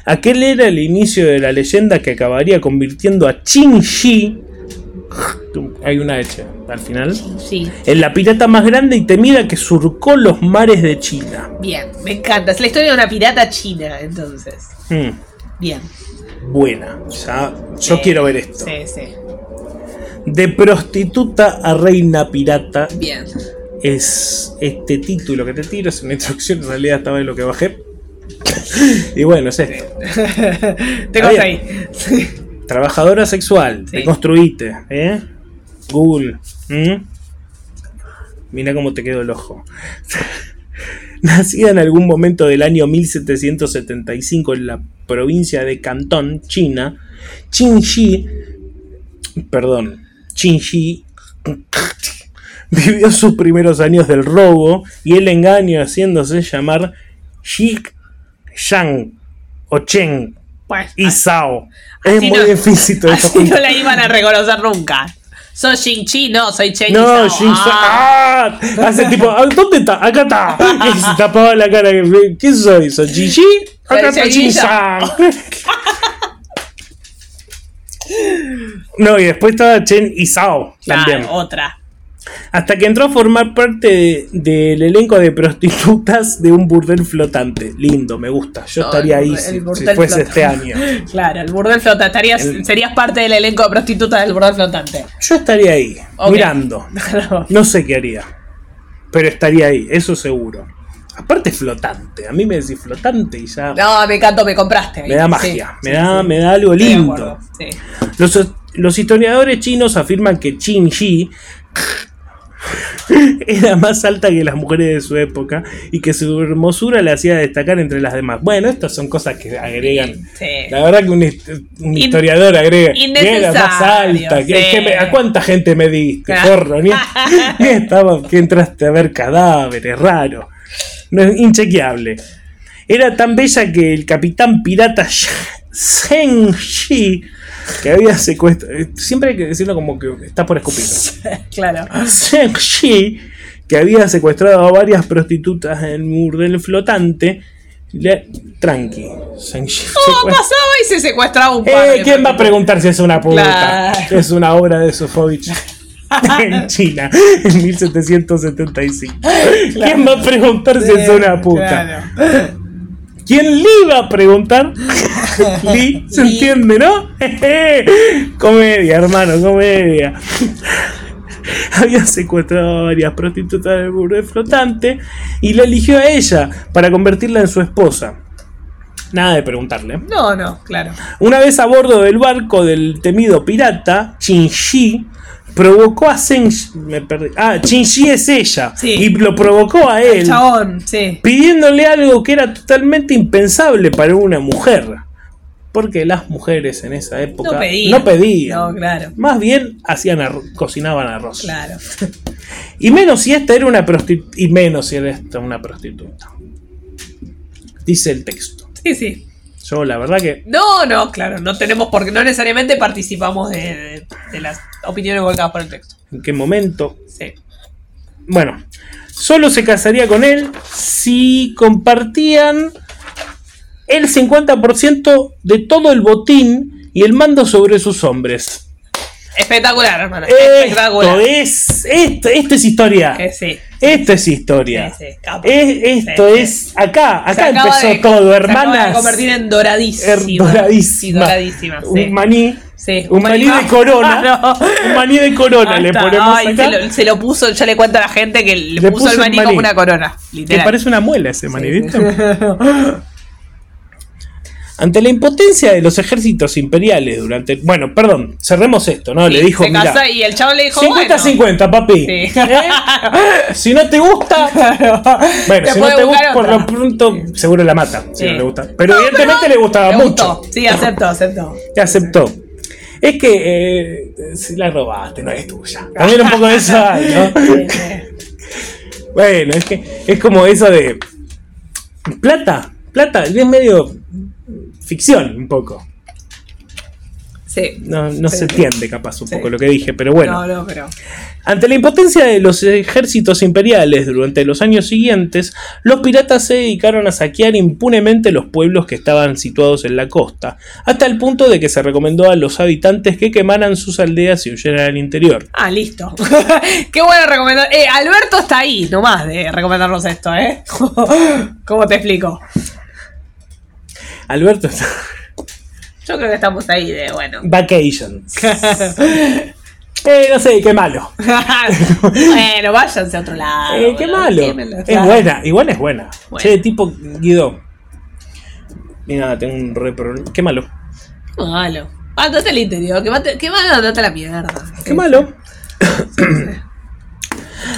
[SPEAKER 1] Aquel era el inicio de la leyenda que acabaría convirtiendo a Qin Shi. Hay una H al final.
[SPEAKER 2] Sí.
[SPEAKER 1] En la pirata más grande y temida que surcó los mares de China.
[SPEAKER 2] Bien, me encanta. Es la historia de una pirata china, entonces.
[SPEAKER 1] Mm,
[SPEAKER 2] Bien.
[SPEAKER 1] buena. Ya, yo quiero ver esto.
[SPEAKER 2] Sí, sí.
[SPEAKER 1] De prostituta a reina pirata
[SPEAKER 2] Bien.
[SPEAKER 1] es este título que te tiro. Es una introducción, en realidad estaba en lo que bajé. y bueno, es esto.
[SPEAKER 2] Te
[SPEAKER 1] Está
[SPEAKER 2] conté
[SPEAKER 1] bien.
[SPEAKER 2] ahí. Sí.
[SPEAKER 1] Trabajadora sexual,
[SPEAKER 2] Sí.
[SPEAKER 1] te construiste, ¿eh? Google. ¿m? Mira cómo te quedó el ojo. Nacida en algún momento del año 1775 en la provincia de Cantón, China, Qingxi, perdón, Qingxi vivió sus primeros años del robo y el engaño haciéndose llamar Xi Shang o Cheng
[SPEAKER 2] Pues,
[SPEAKER 1] y Sao. Es
[SPEAKER 2] Así
[SPEAKER 1] muy
[SPEAKER 2] no-
[SPEAKER 1] difícil todo
[SPEAKER 2] así no la iban a reconocer nunca. Soy Xing Chi, no, soy Chen
[SPEAKER 1] No,
[SPEAKER 2] Yizhao.
[SPEAKER 1] Jin Sao.
[SPEAKER 2] Ah.
[SPEAKER 1] ¡Ah! Hace tipo, "Ah, ¿dónde está? Acá está. Y se tapaba la cara. ¿Qué soy? ¿Soy Gigi? Acá
[SPEAKER 2] Soy
[SPEAKER 1] está Jin Sao. No, y después estaba Chen y Sao
[SPEAKER 2] Claro,
[SPEAKER 1] también.
[SPEAKER 2] otra.
[SPEAKER 1] Hasta que entró a formar parte de- del elenco de prostitutas de un burdel flotante. Lindo, me gusta. Yo
[SPEAKER 2] No,
[SPEAKER 1] estaría
[SPEAKER 2] el
[SPEAKER 1] ahí
[SPEAKER 2] bur-
[SPEAKER 1] si,
[SPEAKER 2] el
[SPEAKER 1] si
[SPEAKER 2] burdel
[SPEAKER 1] fuese este
[SPEAKER 2] flotante.
[SPEAKER 1] año.
[SPEAKER 2] Claro, el burdel flotante. Estarías-
[SPEAKER 1] El-
[SPEAKER 2] Serías parte del elenco de prostitutas del burdel flotante.
[SPEAKER 1] Yo estaría ahí,
[SPEAKER 2] Ok.
[SPEAKER 1] mirando.
[SPEAKER 2] Claro.
[SPEAKER 1] No sé qué haría. Pero estaría ahí, eso seguro. Aparte es flotante. A mí me decís flotante y ya
[SPEAKER 2] No, me encantó, me compraste.
[SPEAKER 1] me da
[SPEAKER 2] Sí,
[SPEAKER 1] magia.
[SPEAKER 2] sí,
[SPEAKER 1] me, da,
[SPEAKER 2] sí.
[SPEAKER 1] me da algo
[SPEAKER 2] Estoy de
[SPEAKER 1] lindo.
[SPEAKER 2] acuerdo, sí.
[SPEAKER 1] Los, los historiadores chinos afirman que Qin Shi era más alta que las mujeres de su época y que su hermosura le hacía destacar entre las demás. Bueno, estas son cosas que agregan.
[SPEAKER 2] Sí.
[SPEAKER 1] La verdad que un, hist- un historiador agrega que era más alta. que-
[SPEAKER 2] sí.
[SPEAKER 1] que me- ¿A cuánta gente me diste,
[SPEAKER 2] Claro.
[SPEAKER 1] porro? Ni, ni estaba que entraste a ver cadáveres, raro. No, es inchequeable. Era tan bella que el capitán pirata Zheng Shi, que había secuestrado. eh, Siempre hay que decirlo como que está por escupir.
[SPEAKER 2] Claro.
[SPEAKER 1] Zheng Shi, que había secuestrado a varias prostitutas en Murdel flotante, le- tranqui. Zheng Shi
[SPEAKER 2] Todo
[SPEAKER 1] secuestra-
[SPEAKER 2] pasaba y se secuestraba un par.
[SPEAKER 1] Eh,
[SPEAKER 2] de
[SPEAKER 1] ¿Quién va a preguntar si es una puta?
[SPEAKER 2] Claro.
[SPEAKER 1] Es una obra de Sofovich en China en 1775. ¿Quién va a preguntar si es una puta?
[SPEAKER 2] Claro.
[SPEAKER 1] ¿Quién le iba a preguntar? Li, ¿se
[SPEAKER 2] Li.
[SPEAKER 1] entiende, no? comedia, hermano, comedia. Había secuestrado a varias prostitutas del buró flotante y la eligió a ella para convertirla en su esposa. Nada de preguntarle.
[SPEAKER 2] No, no, claro.
[SPEAKER 1] Una vez a bordo del barco del temido pirata, Chinxi provocó a Zeng... Me perdí. Ah, Chinxi es ella.
[SPEAKER 2] Sí.
[SPEAKER 1] Y lo provocó a él,
[SPEAKER 2] Chabón, sí.
[SPEAKER 1] pidiéndole algo que era totalmente impensable para una mujer. Porque las mujeres en esa época
[SPEAKER 2] No pedía.
[SPEAKER 1] no pedían.
[SPEAKER 2] No, claro.
[SPEAKER 1] Más bien hacían arro- cocinaban arroz.
[SPEAKER 2] Claro.
[SPEAKER 1] Y menos si esta era una prostituta. Y menos si era esta una prostituta. Dice el texto.
[SPEAKER 2] Sí, sí.
[SPEAKER 1] Yo la verdad que
[SPEAKER 2] No, no, claro. No tenemos por qué. No necesariamente participamos de, de- de las opiniones volcadas por el texto.
[SPEAKER 1] en qué momento
[SPEAKER 2] Sí.
[SPEAKER 1] Bueno, solo se casaría con él si compartían el 50% de todo el botín y el mando sobre sus hombres.
[SPEAKER 2] Espectacular, hermano.
[SPEAKER 1] Esto
[SPEAKER 2] Espectacular.
[SPEAKER 1] es, esto, esto es historia.
[SPEAKER 2] Que sí.
[SPEAKER 1] Esto es historia.
[SPEAKER 2] Sí, sí, capo.
[SPEAKER 1] Es- esto
[SPEAKER 2] Sí, sí.
[SPEAKER 1] es acá,
[SPEAKER 2] Se
[SPEAKER 1] acá
[SPEAKER 2] acaba
[SPEAKER 1] empezó
[SPEAKER 2] de-
[SPEAKER 1] todo,
[SPEAKER 2] se acaba de
[SPEAKER 1] hermanas.
[SPEAKER 2] convertir en doradísima.
[SPEAKER 1] Er- doradísima.
[SPEAKER 2] Sí, doradísima, sí.
[SPEAKER 1] Un maní.
[SPEAKER 2] Sí,
[SPEAKER 1] Un maní de
[SPEAKER 2] más.
[SPEAKER 1] corona.
[SPEAKER 2] Ah, no.
[SPEAKER 1] Un maní de corona
[SPEAKER 2] Ahí
[SPEAKER 1] le
[SPEAKER 2] está.
[SPEAKER 1] ponemos
[SPEAKER 2] Ay,
[SPEAKER 1] acá.
[SPEAKER 2] Se, lo, se lo puso, ya le cuento a la gente que le,
[SPEAKER 1] Le
[SPEAKER 2] puso,
[SPEAKER 1] puso
[SPEAKER 2] el
[SPEAKER 1] el
[SPEAKER 2] maní,
[SPEAKER 1] maní.
[SPEAKER 2] como una corona.
[SPEAKER 1] Que
[SPEAKER 2] Literal.
[SPEAKER 1] parece una muela ese maní,
[SPEAKER 2] Sí,
[SPEAKER 1] ¿viste?
[SPEAKER 2] sí.
[SPEAKER 1] Ante la impotencia de los ejércitos imperiales durante. Bueno, perdón, cerremos esto, ¿no? le
[SPEAKER 2] Sí,
[SPEAKER 1] dijo,
[SPEAKER 2] se
[SPEAKER 1] mira.
[SPEAKER 2] casó y el chavo le dijo
[SPEAKER 1] 50-50,
[SPEAKER 2] bueno,
[SPEAKER 1] papi.
[SPEAKER 2] Sí.
[SPEAKER 1] ¿Eh? Si no te gusta. Bueno,
[SPEAKER 2] Te
[SPEAKER 1] si
[SPEAKER 2] puede
[SPEAKER 1] no te gusta,
[SPEAKER 2] buscar
[SPEAKER 1] por
[SPEAKER 2] otra.
[SPEAKER 1] lo pronto, seguro la mata. Si
[SPEAKER 2] Sí.
[SPEAKER 1] no le gusta. Pero
[SPEAKER 2] No,
[SPEAKER 1] evidentemente le gustaba
[SPEAKER 2] le
[SPEAKER 1] mucho.
[SPEAKER 2] gustó. Sí, acepto, acepto.
[SPEAKER 1] Te aceptó. Es que eh, si la robaste, no es tuya. También un poco de eso hay, ¿no?
[SPEAKER 2] Sí, sí.
[SPEAKER 1] Bueno, es que es como eso de. Plata, plata, es medio ficción un poco.
[SPEAKER 2] Sí.
[SPEAKER 1] No, no se
[SPEAKER 2] Sí, sí.
[SPEAKER 1] entiende capaz un
[SPEAKER 2] Sí.
[SPEAKER 1] poco lo que dije, pero bueno.
[SPEAKER 2] No, no, pero.
[SPEAKER 1] Ante la impotencia de los ejércitos imperiales durante los años siguientes, los piratas se dedicaron a saquear impunemente los pueblos que estaban situados en la costa, hasta el punto de que se recomendó a los habitantes que quemaran sus aldeas y huyeran al interior.
[SPEAKER 2] Ah, listo. Qué bueno recomendar. Eh, Alberto está ahí nomás de recomendarnos esto, ¿eh? ¿Cómo te explico?
[SPEAKER 1] Alberto está...
[SPEAKER 2] Yo creo que estamos ahí de, bueno.
[SPEAKER 1] Vacation. Eh, no sé, qué malo.
[SPEAKER 2] bueno, váyanse a otro lado.
[SPEAKER 1] Eh, qué
[SPEAKER 2] boludo,
[SPEAKER 1] malo.
[SPEAKER 2] quémenlo,
[SPEAKER 1] Es
[SPEAKER 2] Ah, claro.
[SPEAKER 1] buena, igual es buena.
[SPEAKER 2] Bueno.
[SPEAKER 1] Che, tipo Guido.
[SPEAKER 3] Mira, tengo un re problema. Qué malo.
[SPEAKER 2] Qué malo. Andate al interior, que, mate- que va, andate a la mierda.
[SPEAKER 1] Qué malo.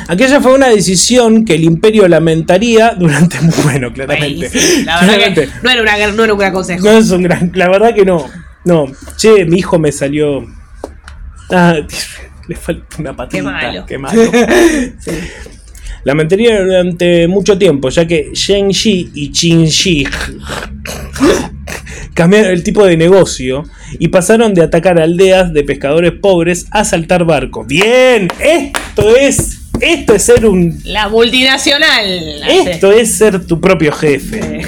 [SPEAKER 1] Aquella fue una decisión que el imperio lamentaría durante. Bueno, claramente.
[SPEAKER 2] Bueno, sí, la verdad que
[SPEAKER 1] Claramente.
[SPEAKER 2] no era, una, guerra- no era un gran consejo.
[SPEAKER 1] No es un gran. La verdad que no. No. Che, mi hijo me salió. Ah, le falta una patita.
[SPEAKER 2] Qué malo.
[SPEAKER 1] Qué malo. La mantenía durante mucho tiempo, ya que Shen Shi y Qin Shi cambiaron el tipo de negocio y pasaron de atacar aldeas de pescadores pobres a asaltar barcos. ¡Bien! Esto es. Esto es ser un.
[SPEAKER 2] La multinacional. la
[SPEAKER 1] Esto es ser tu propio jefe.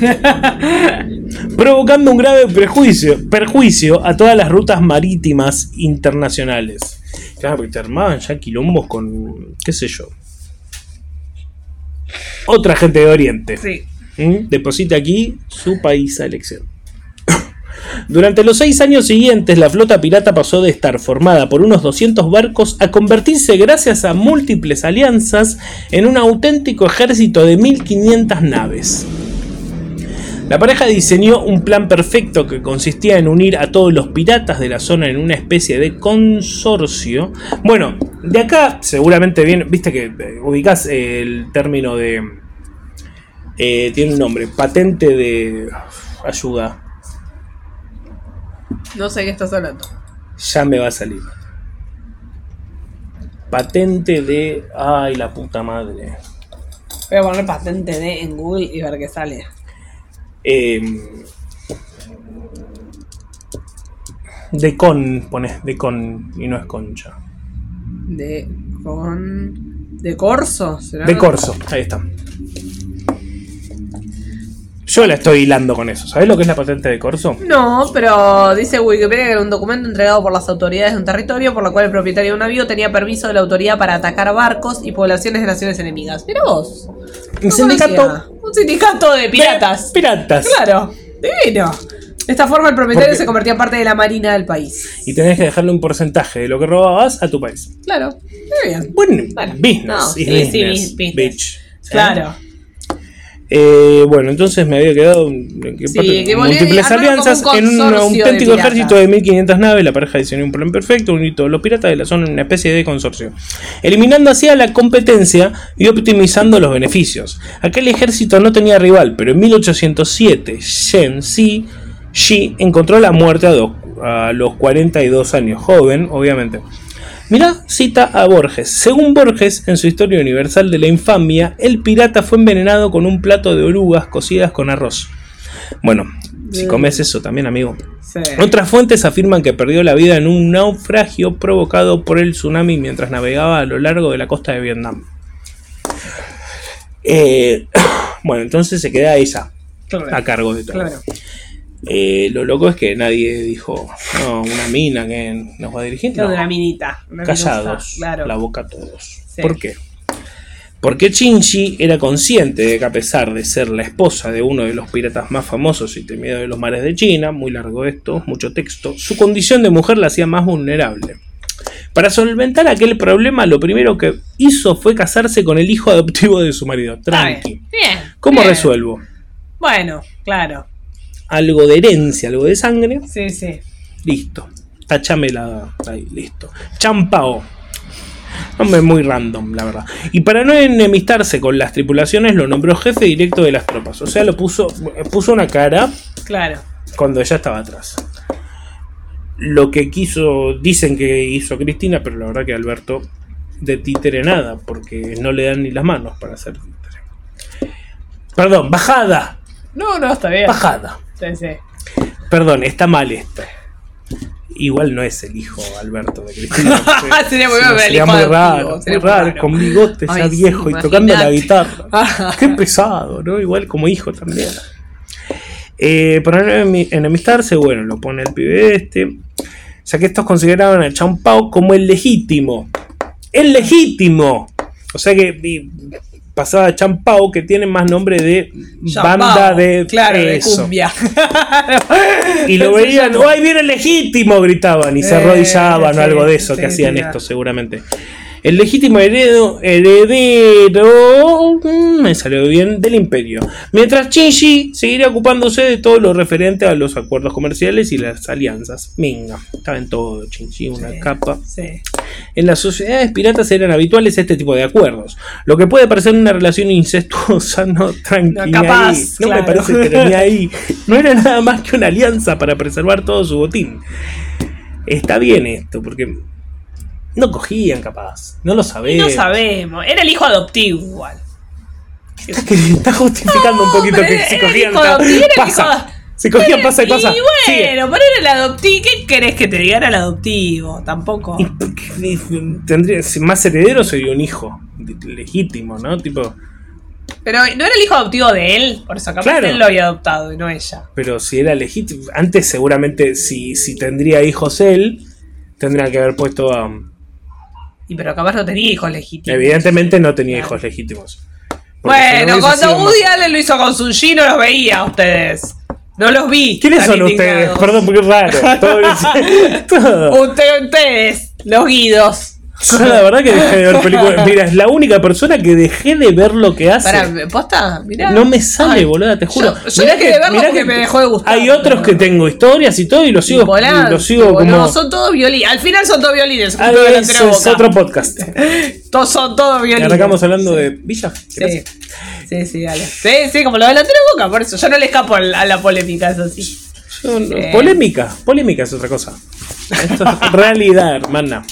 [SPEAKER 1] Provocando un grave prejuicio, perjuicio a todas las rutas marítimas internacionales. Claro, porque te armaban ya quilombos con. qué sé yo. Otra gente de Oriente.
[SPEAKER 2] Sí.
[SPEAKER 1] ¿Mm? Deposita aquí su país a elección. Durante los seis años siguientes, la flota pirata pasó de estar formada por unos 200 barcos a convertirse, gracias a múltiples alianzas, en un auténtico ejército de 1500 naves. La pareja diseñó un plan perfecto que consistía en unir a todos los piratas de la zona en una especie de consorcio. Bueno, de acá seguramente viene, viste que eh, ubicás eh, el término de... eh, tiene un nombre, patente de ayuda.
[SPEAKER 2] No sé qué estás hablando.
[SPEAKER 1] Ya me va a salir. Patente de... Ay, la puta madre.
[SPEAKER 2] Voy a poner patente de en Google y ver qué sale.
[SPEAKER 1] Eh, de con, pones de con y no es concha.
[SPEAKER 2] De con. De corso, ¿será?
[SPEAKER 1] De corso, ahí está. Yo la estoy hilando con eso. ¿Sabes lo que es la patente de corso?
[SPEAKER 2] No, pero dice Wikipedia que era un documento entregado por las autoridades de un territorio por la cual el propietario de un navío tenía permiso de la autoridad para atacar barcos y poblaciones de naciones enemigas. Mira vos.
[SPEAKER 1] Un
[SPEAKER 2] No
[SPEAKER 1] sindicato.
[SPEAKER 2] conocía. Un sindicato de piratas.
[SPEAKER 1] De Piratas.
[SPEAKER 2] Claro. Divino. De esta forma el propietario
[SPEAKER 1] Porque-
[SPEAKER 2] se convertía en parte de la marina del país.
[SPEAKER 1] Y tenés que dejarle un porcentaje de lo que robabas a tu país.
[SPEAKER 2] Claro. Muy bien.
[SPEAKER 1] Bueno,
[SPEAKER 2] Bueno,
[SPEAKER 1] business.
[SPEAKER 2] no,
[SPEAKER 1] is
[SPEAKER 2] sí,
[SPEAKER 1] business,
[SPEAKER 2] sí, business.
[SPEAKER 1] bitch.
[SPEAKER 2] Claro.
[SPEAKER 1] Eh, bueno, entonces me había quedado en qué
[SPEAKER 2] Sí,
[SPEAKER 1] parte?
[SPEAKER 2] que volvieron y
[SPEAKER 1] múltiples
[SPEAKER 2] armaron
[SPEAKER 1] alianzas
[SPEAKER 2] como un
[SPEAKER 1] en un
[SPEAKER 2] consorcio
[SPEAKER 1] auténtico
[SPEAKER 2] de piratas.
[SPEAKER 1] ejército de 1500 naves. La pareja diseñó un plan perfecto, unió a todos los piratas de la zona en una especie de consorcio, eliminando así a la competencia y optimizando los beneficios. Aquel ejército no tenía rival, pero en 1807 Shen Xi, Xi encontró la muerte a, dos- a los 42 años, joven, obviamente. Mirá, cita a Borges. Según Borges, en su Historia Universal de la Infamia, el pirata fue envenenado con un plato de orugas cocidas con arroz. Bueno, si comes eso también, amigo.
[SPEAKER 2] Sí.
[SPEAKER 1] Otras fuentes afirman que perdió la vida en un naufragio provocado por el tsunami mientras navegaba a lo largo de la costa de Vietnam. Eh, bueno, entonces se queda ella
[SPEAKER 2] Claro.
[SPEAKER 1] a cargo de todo.
[SPEAKER 2] Claro.
[SPEAKER 1] Eh, lo loco es que nadie dijo, no, una mina que nos va a dirigir.
[SPEAKER 2] Claro,
[SPEAKER 1] No.
[SPEAKER 2] de la minita. Una
[SPEAKER 1] callados
[SPEAKER 2] minusa, Claro.
[SPEAKER 1] la boca a todos.
[SPEAKER 2] Sí.
[SPEAKER 1] ¿Por qué? Porque Chinchi era consciente de que a pesar de ser la esposa de uno de los piratas más famosos y temido de los mares de China, muy largo esto, mucho texto, su condición de mujer la hacía más vulnerable. Para solventar aquel problema, lo primero que hizo fue casarse con el hijo adoptivo de su marido.
[SPEAKER 2] Está
[SPEAKER 1] Tranqui.
[SPEAKER 2] bien. Bien.
[SPEAKER 1] ¿Cómo
[SPEAKER 2] bien.
[SPEAKER 1] resuelvo?
[SPEAKER 2] Bueno, claro.
[SPEAKER 1] Algo de herencia, algo de sangre.
[SPEAKER 2] Sí, sí.
[SPEAKER 1] Listo. Tachame la. Ahí, listo. Champao. Nombre muy random, la verdad. Y para no enemistarse con las tripulaciones, lo nombró jefe directo de las tropas. O sea, lo puso. Puso una cara
[SPEAKER 2] Claro.
[SPEAKER 1] cuando ella estaba atrás. Lo que quiso. Dicen que hizo Cristina, pero la verdad que Alberto de títere nada, porque no le dan ni las manos para hacer títere. Perdón, bajada.
[SPEAKER 2] No, no, está bien.
[SPEAKER 1] Bajada.
[SPEAKER 2] Sí, sí.
[SPEAKER 1] Perdón, está mal esto. Igual no es el hijo Alberto de Cristina. porque-
[SPEAKER 2] Ah, Sería muy
[SPEAKER 1] si no,
[SPEAKER 2] bueno, el
[SPEAKER 1] sería
[SPEAKER 2] hijo
[SPEAKER 1] muy
[SPEAKER 2] adoptivo,
[SPEAKER 1] raro,
[SPEAKER 2] sería
[SPEAKER 1] muy
[SPEAKER 2] muy
[SPEAKER 1] raro,
[SPEAKER 2] raro.
[SPEAKER 1] con bigote ya
[SPEAKER 2] Ay, sí,
[SPEAKER 1] viejo y tocando la
[SPEAKER 2] imagínate.
[SPEAKER 1] guitarra. Qué pesado, ¿no? Igual como hijo también. Eh, para no enemi- enemistarse, bueno, lo pone el pibe este. Ya que estos consideraban a Champao como el legítimo. ¡El legítimo! O sea que y, pasada Champao, que tiene más nombre de
[SPEAKER 2] Chambao,
[SPEAKER 1] banda de.
[SPEAKER 2] Claro, de
[SPEAKER 1] eso.
[SPEAKER 2] cumbia.
[SPEAKER 1] Y lo veían, ¡ay, viene el legítimo! gritaban y se
[SPEAKER 2] Eh,
[SPEAKER 1] arrodillaban
[SPEAKER 2] sí,
[SPEAKER 1] o algo de eso
[SPEAKER 2] sí,
[SPEAKER 1] que hacían
[SPEAKER 2] sí,
[SPEAKER 1] esto,
[SPEAKER 2] ya.
[SPEAKER 1] seguramente. El legítimo heredo, heredero. mm, Me salió bien, del imperio. Mientras Chinji seguirá ocupándose de todo lo referente a los acuerdos comerciales y las alianzas. Minga, estaba en todo, Chinji, una
[SPEAKER 2] Sí.
[SPEAKER 1] capa.
[SPEAKER 2] Sí.
[SPEAKER 1] En las sociedades piratas eran habituales este tipo de acuerdos, lo que puede parecer una relación incestuosa, no tranquila.
[SPEAKER 2] No, capaz,
[SPEAKER 1] ahí. no me
[SPEAKER 2] claro.
[SPEAKER 1] parece que tenía ahí. No era nada más que una alianza para preservar todo su botín. Está bien esto, porque no cogían capaz, no lo
[SPEAKER 2] Y
[SPEAKER 1] sabemos.
[SPEAKER 2] no sabemos. Era el hijo adoptivo igual.
[SPEAKER 1] Está, que- está justificando un poquito
[SPEAKER 2] pero
[SPEAKER 1] que
[SPEAKER 2] era-
[SPEAKER 1] si
[SPEAKER 2] era el
[SPEAKER 1] cogían
[SPEAKER 2] hijo
[SPEAKER 1] ta-
[SPEAKER 2] adoptivo, era el
[SPEAKER 1] pasa.
[SPEAKER 2] hijo-
[SPEAKER 1] Si cogían pasa y pasa.
[SPEAKER 2] Y
[SPEAKER 1] Sigue.
[SPEAKER 2] bueno, pero era el adoptivo. ¿Qué querés que te diga? Era el adoptivo. Tampoco.
[SPEAKER 1] Y porque Tendría, si más heredero sería un hijo legítimo, ¿no? Tipo,
[SPEAKER 2] Pero no era el hijo adoptivo de él. Por eso capaz
[SPEAKER 1] Claro.
[SPEAKER 2] él lo había adoptado y no ella.
[SPEAKER 1] Pero si era legítimo. Antes, seguramente, si, si tendría hijos él, tendría que haber puesto um, a.
[SPEAKER 2] Y pero capaz no tenía hijos legítimos.
[SPEAKER 1] Evidentemente no tenía
[SPEAKER 2] Claro.
[SPEAKER 1] hijos legítimos. Porque si no
[SPEAKER 2] Bueno,
[SPEAKER 1] hubiese
[SPEAKER 2] cuando
[SPEAKER 1] sido más-
[SPEAKER 2] Woody Allen lo hizo con Sushi no los veía a ustedes. No los vi.
[SPEAKER 1] ¿Quiénes
[SPEAKER 2] tan
[SPEAKER 1] son ustedes?
[SPEAKER 2] indignados.
[SPEAKER 1] Perdón, porque es raro. Todo- todo.
[SPEAKER 2] Usted- ustedes, los guidos.
[SPEAKER 1] Yo la verdad que dejé de ver películas. Mira, es la única persona que dejé de ver lo que hace.
[SPEAKER 2] Pará, ¿posta? Mirá.
[SPEAKER 1] No me sale,
[SPEAKER 2] Ay,
[SPEAKER 1] boluda, te juro.
[SPEAKER 2] yo- yo dejé de verlo porque me dejó de gustar.
[SPEAKER 1] Hay otros que tengo historias y todo y lo sigo,
[SPEAKER 2] Volante,
[SPEAKER 1] lo sigo
[SPEAKER 2] boludo,
[SPEAKER 1] como.
[SPEAKER 2] son todos violines. Al final son todos violines.
[SPEAKER 1] Ah,
[SPEAKER 2] un violín
[SPEAKER 1] ese
[SPEAKER 2] entre
[SPEAKER 1] es
[SPEAKER 2] boca.
[SPEAKER 1] otro podcast.
[SPEAKER 2] Todos son todos
[SPEAKER 1] Y
[SPEAKER 2] violines.
[SPEAKER 1] arrancamos hablando de Villa.
[SPEAKER 2] Sí. sí, sí, dale. Sí, sí, como lo de la tele boca, por eso. Yo no le escapo al- a la polémica, eso sí.
[SPEAKER 1] Yo no-
[SPEAKER 2] Eh.
[SPEAKER 1] Polémica, polémica es otra cosa. Esto es realidad, hermana.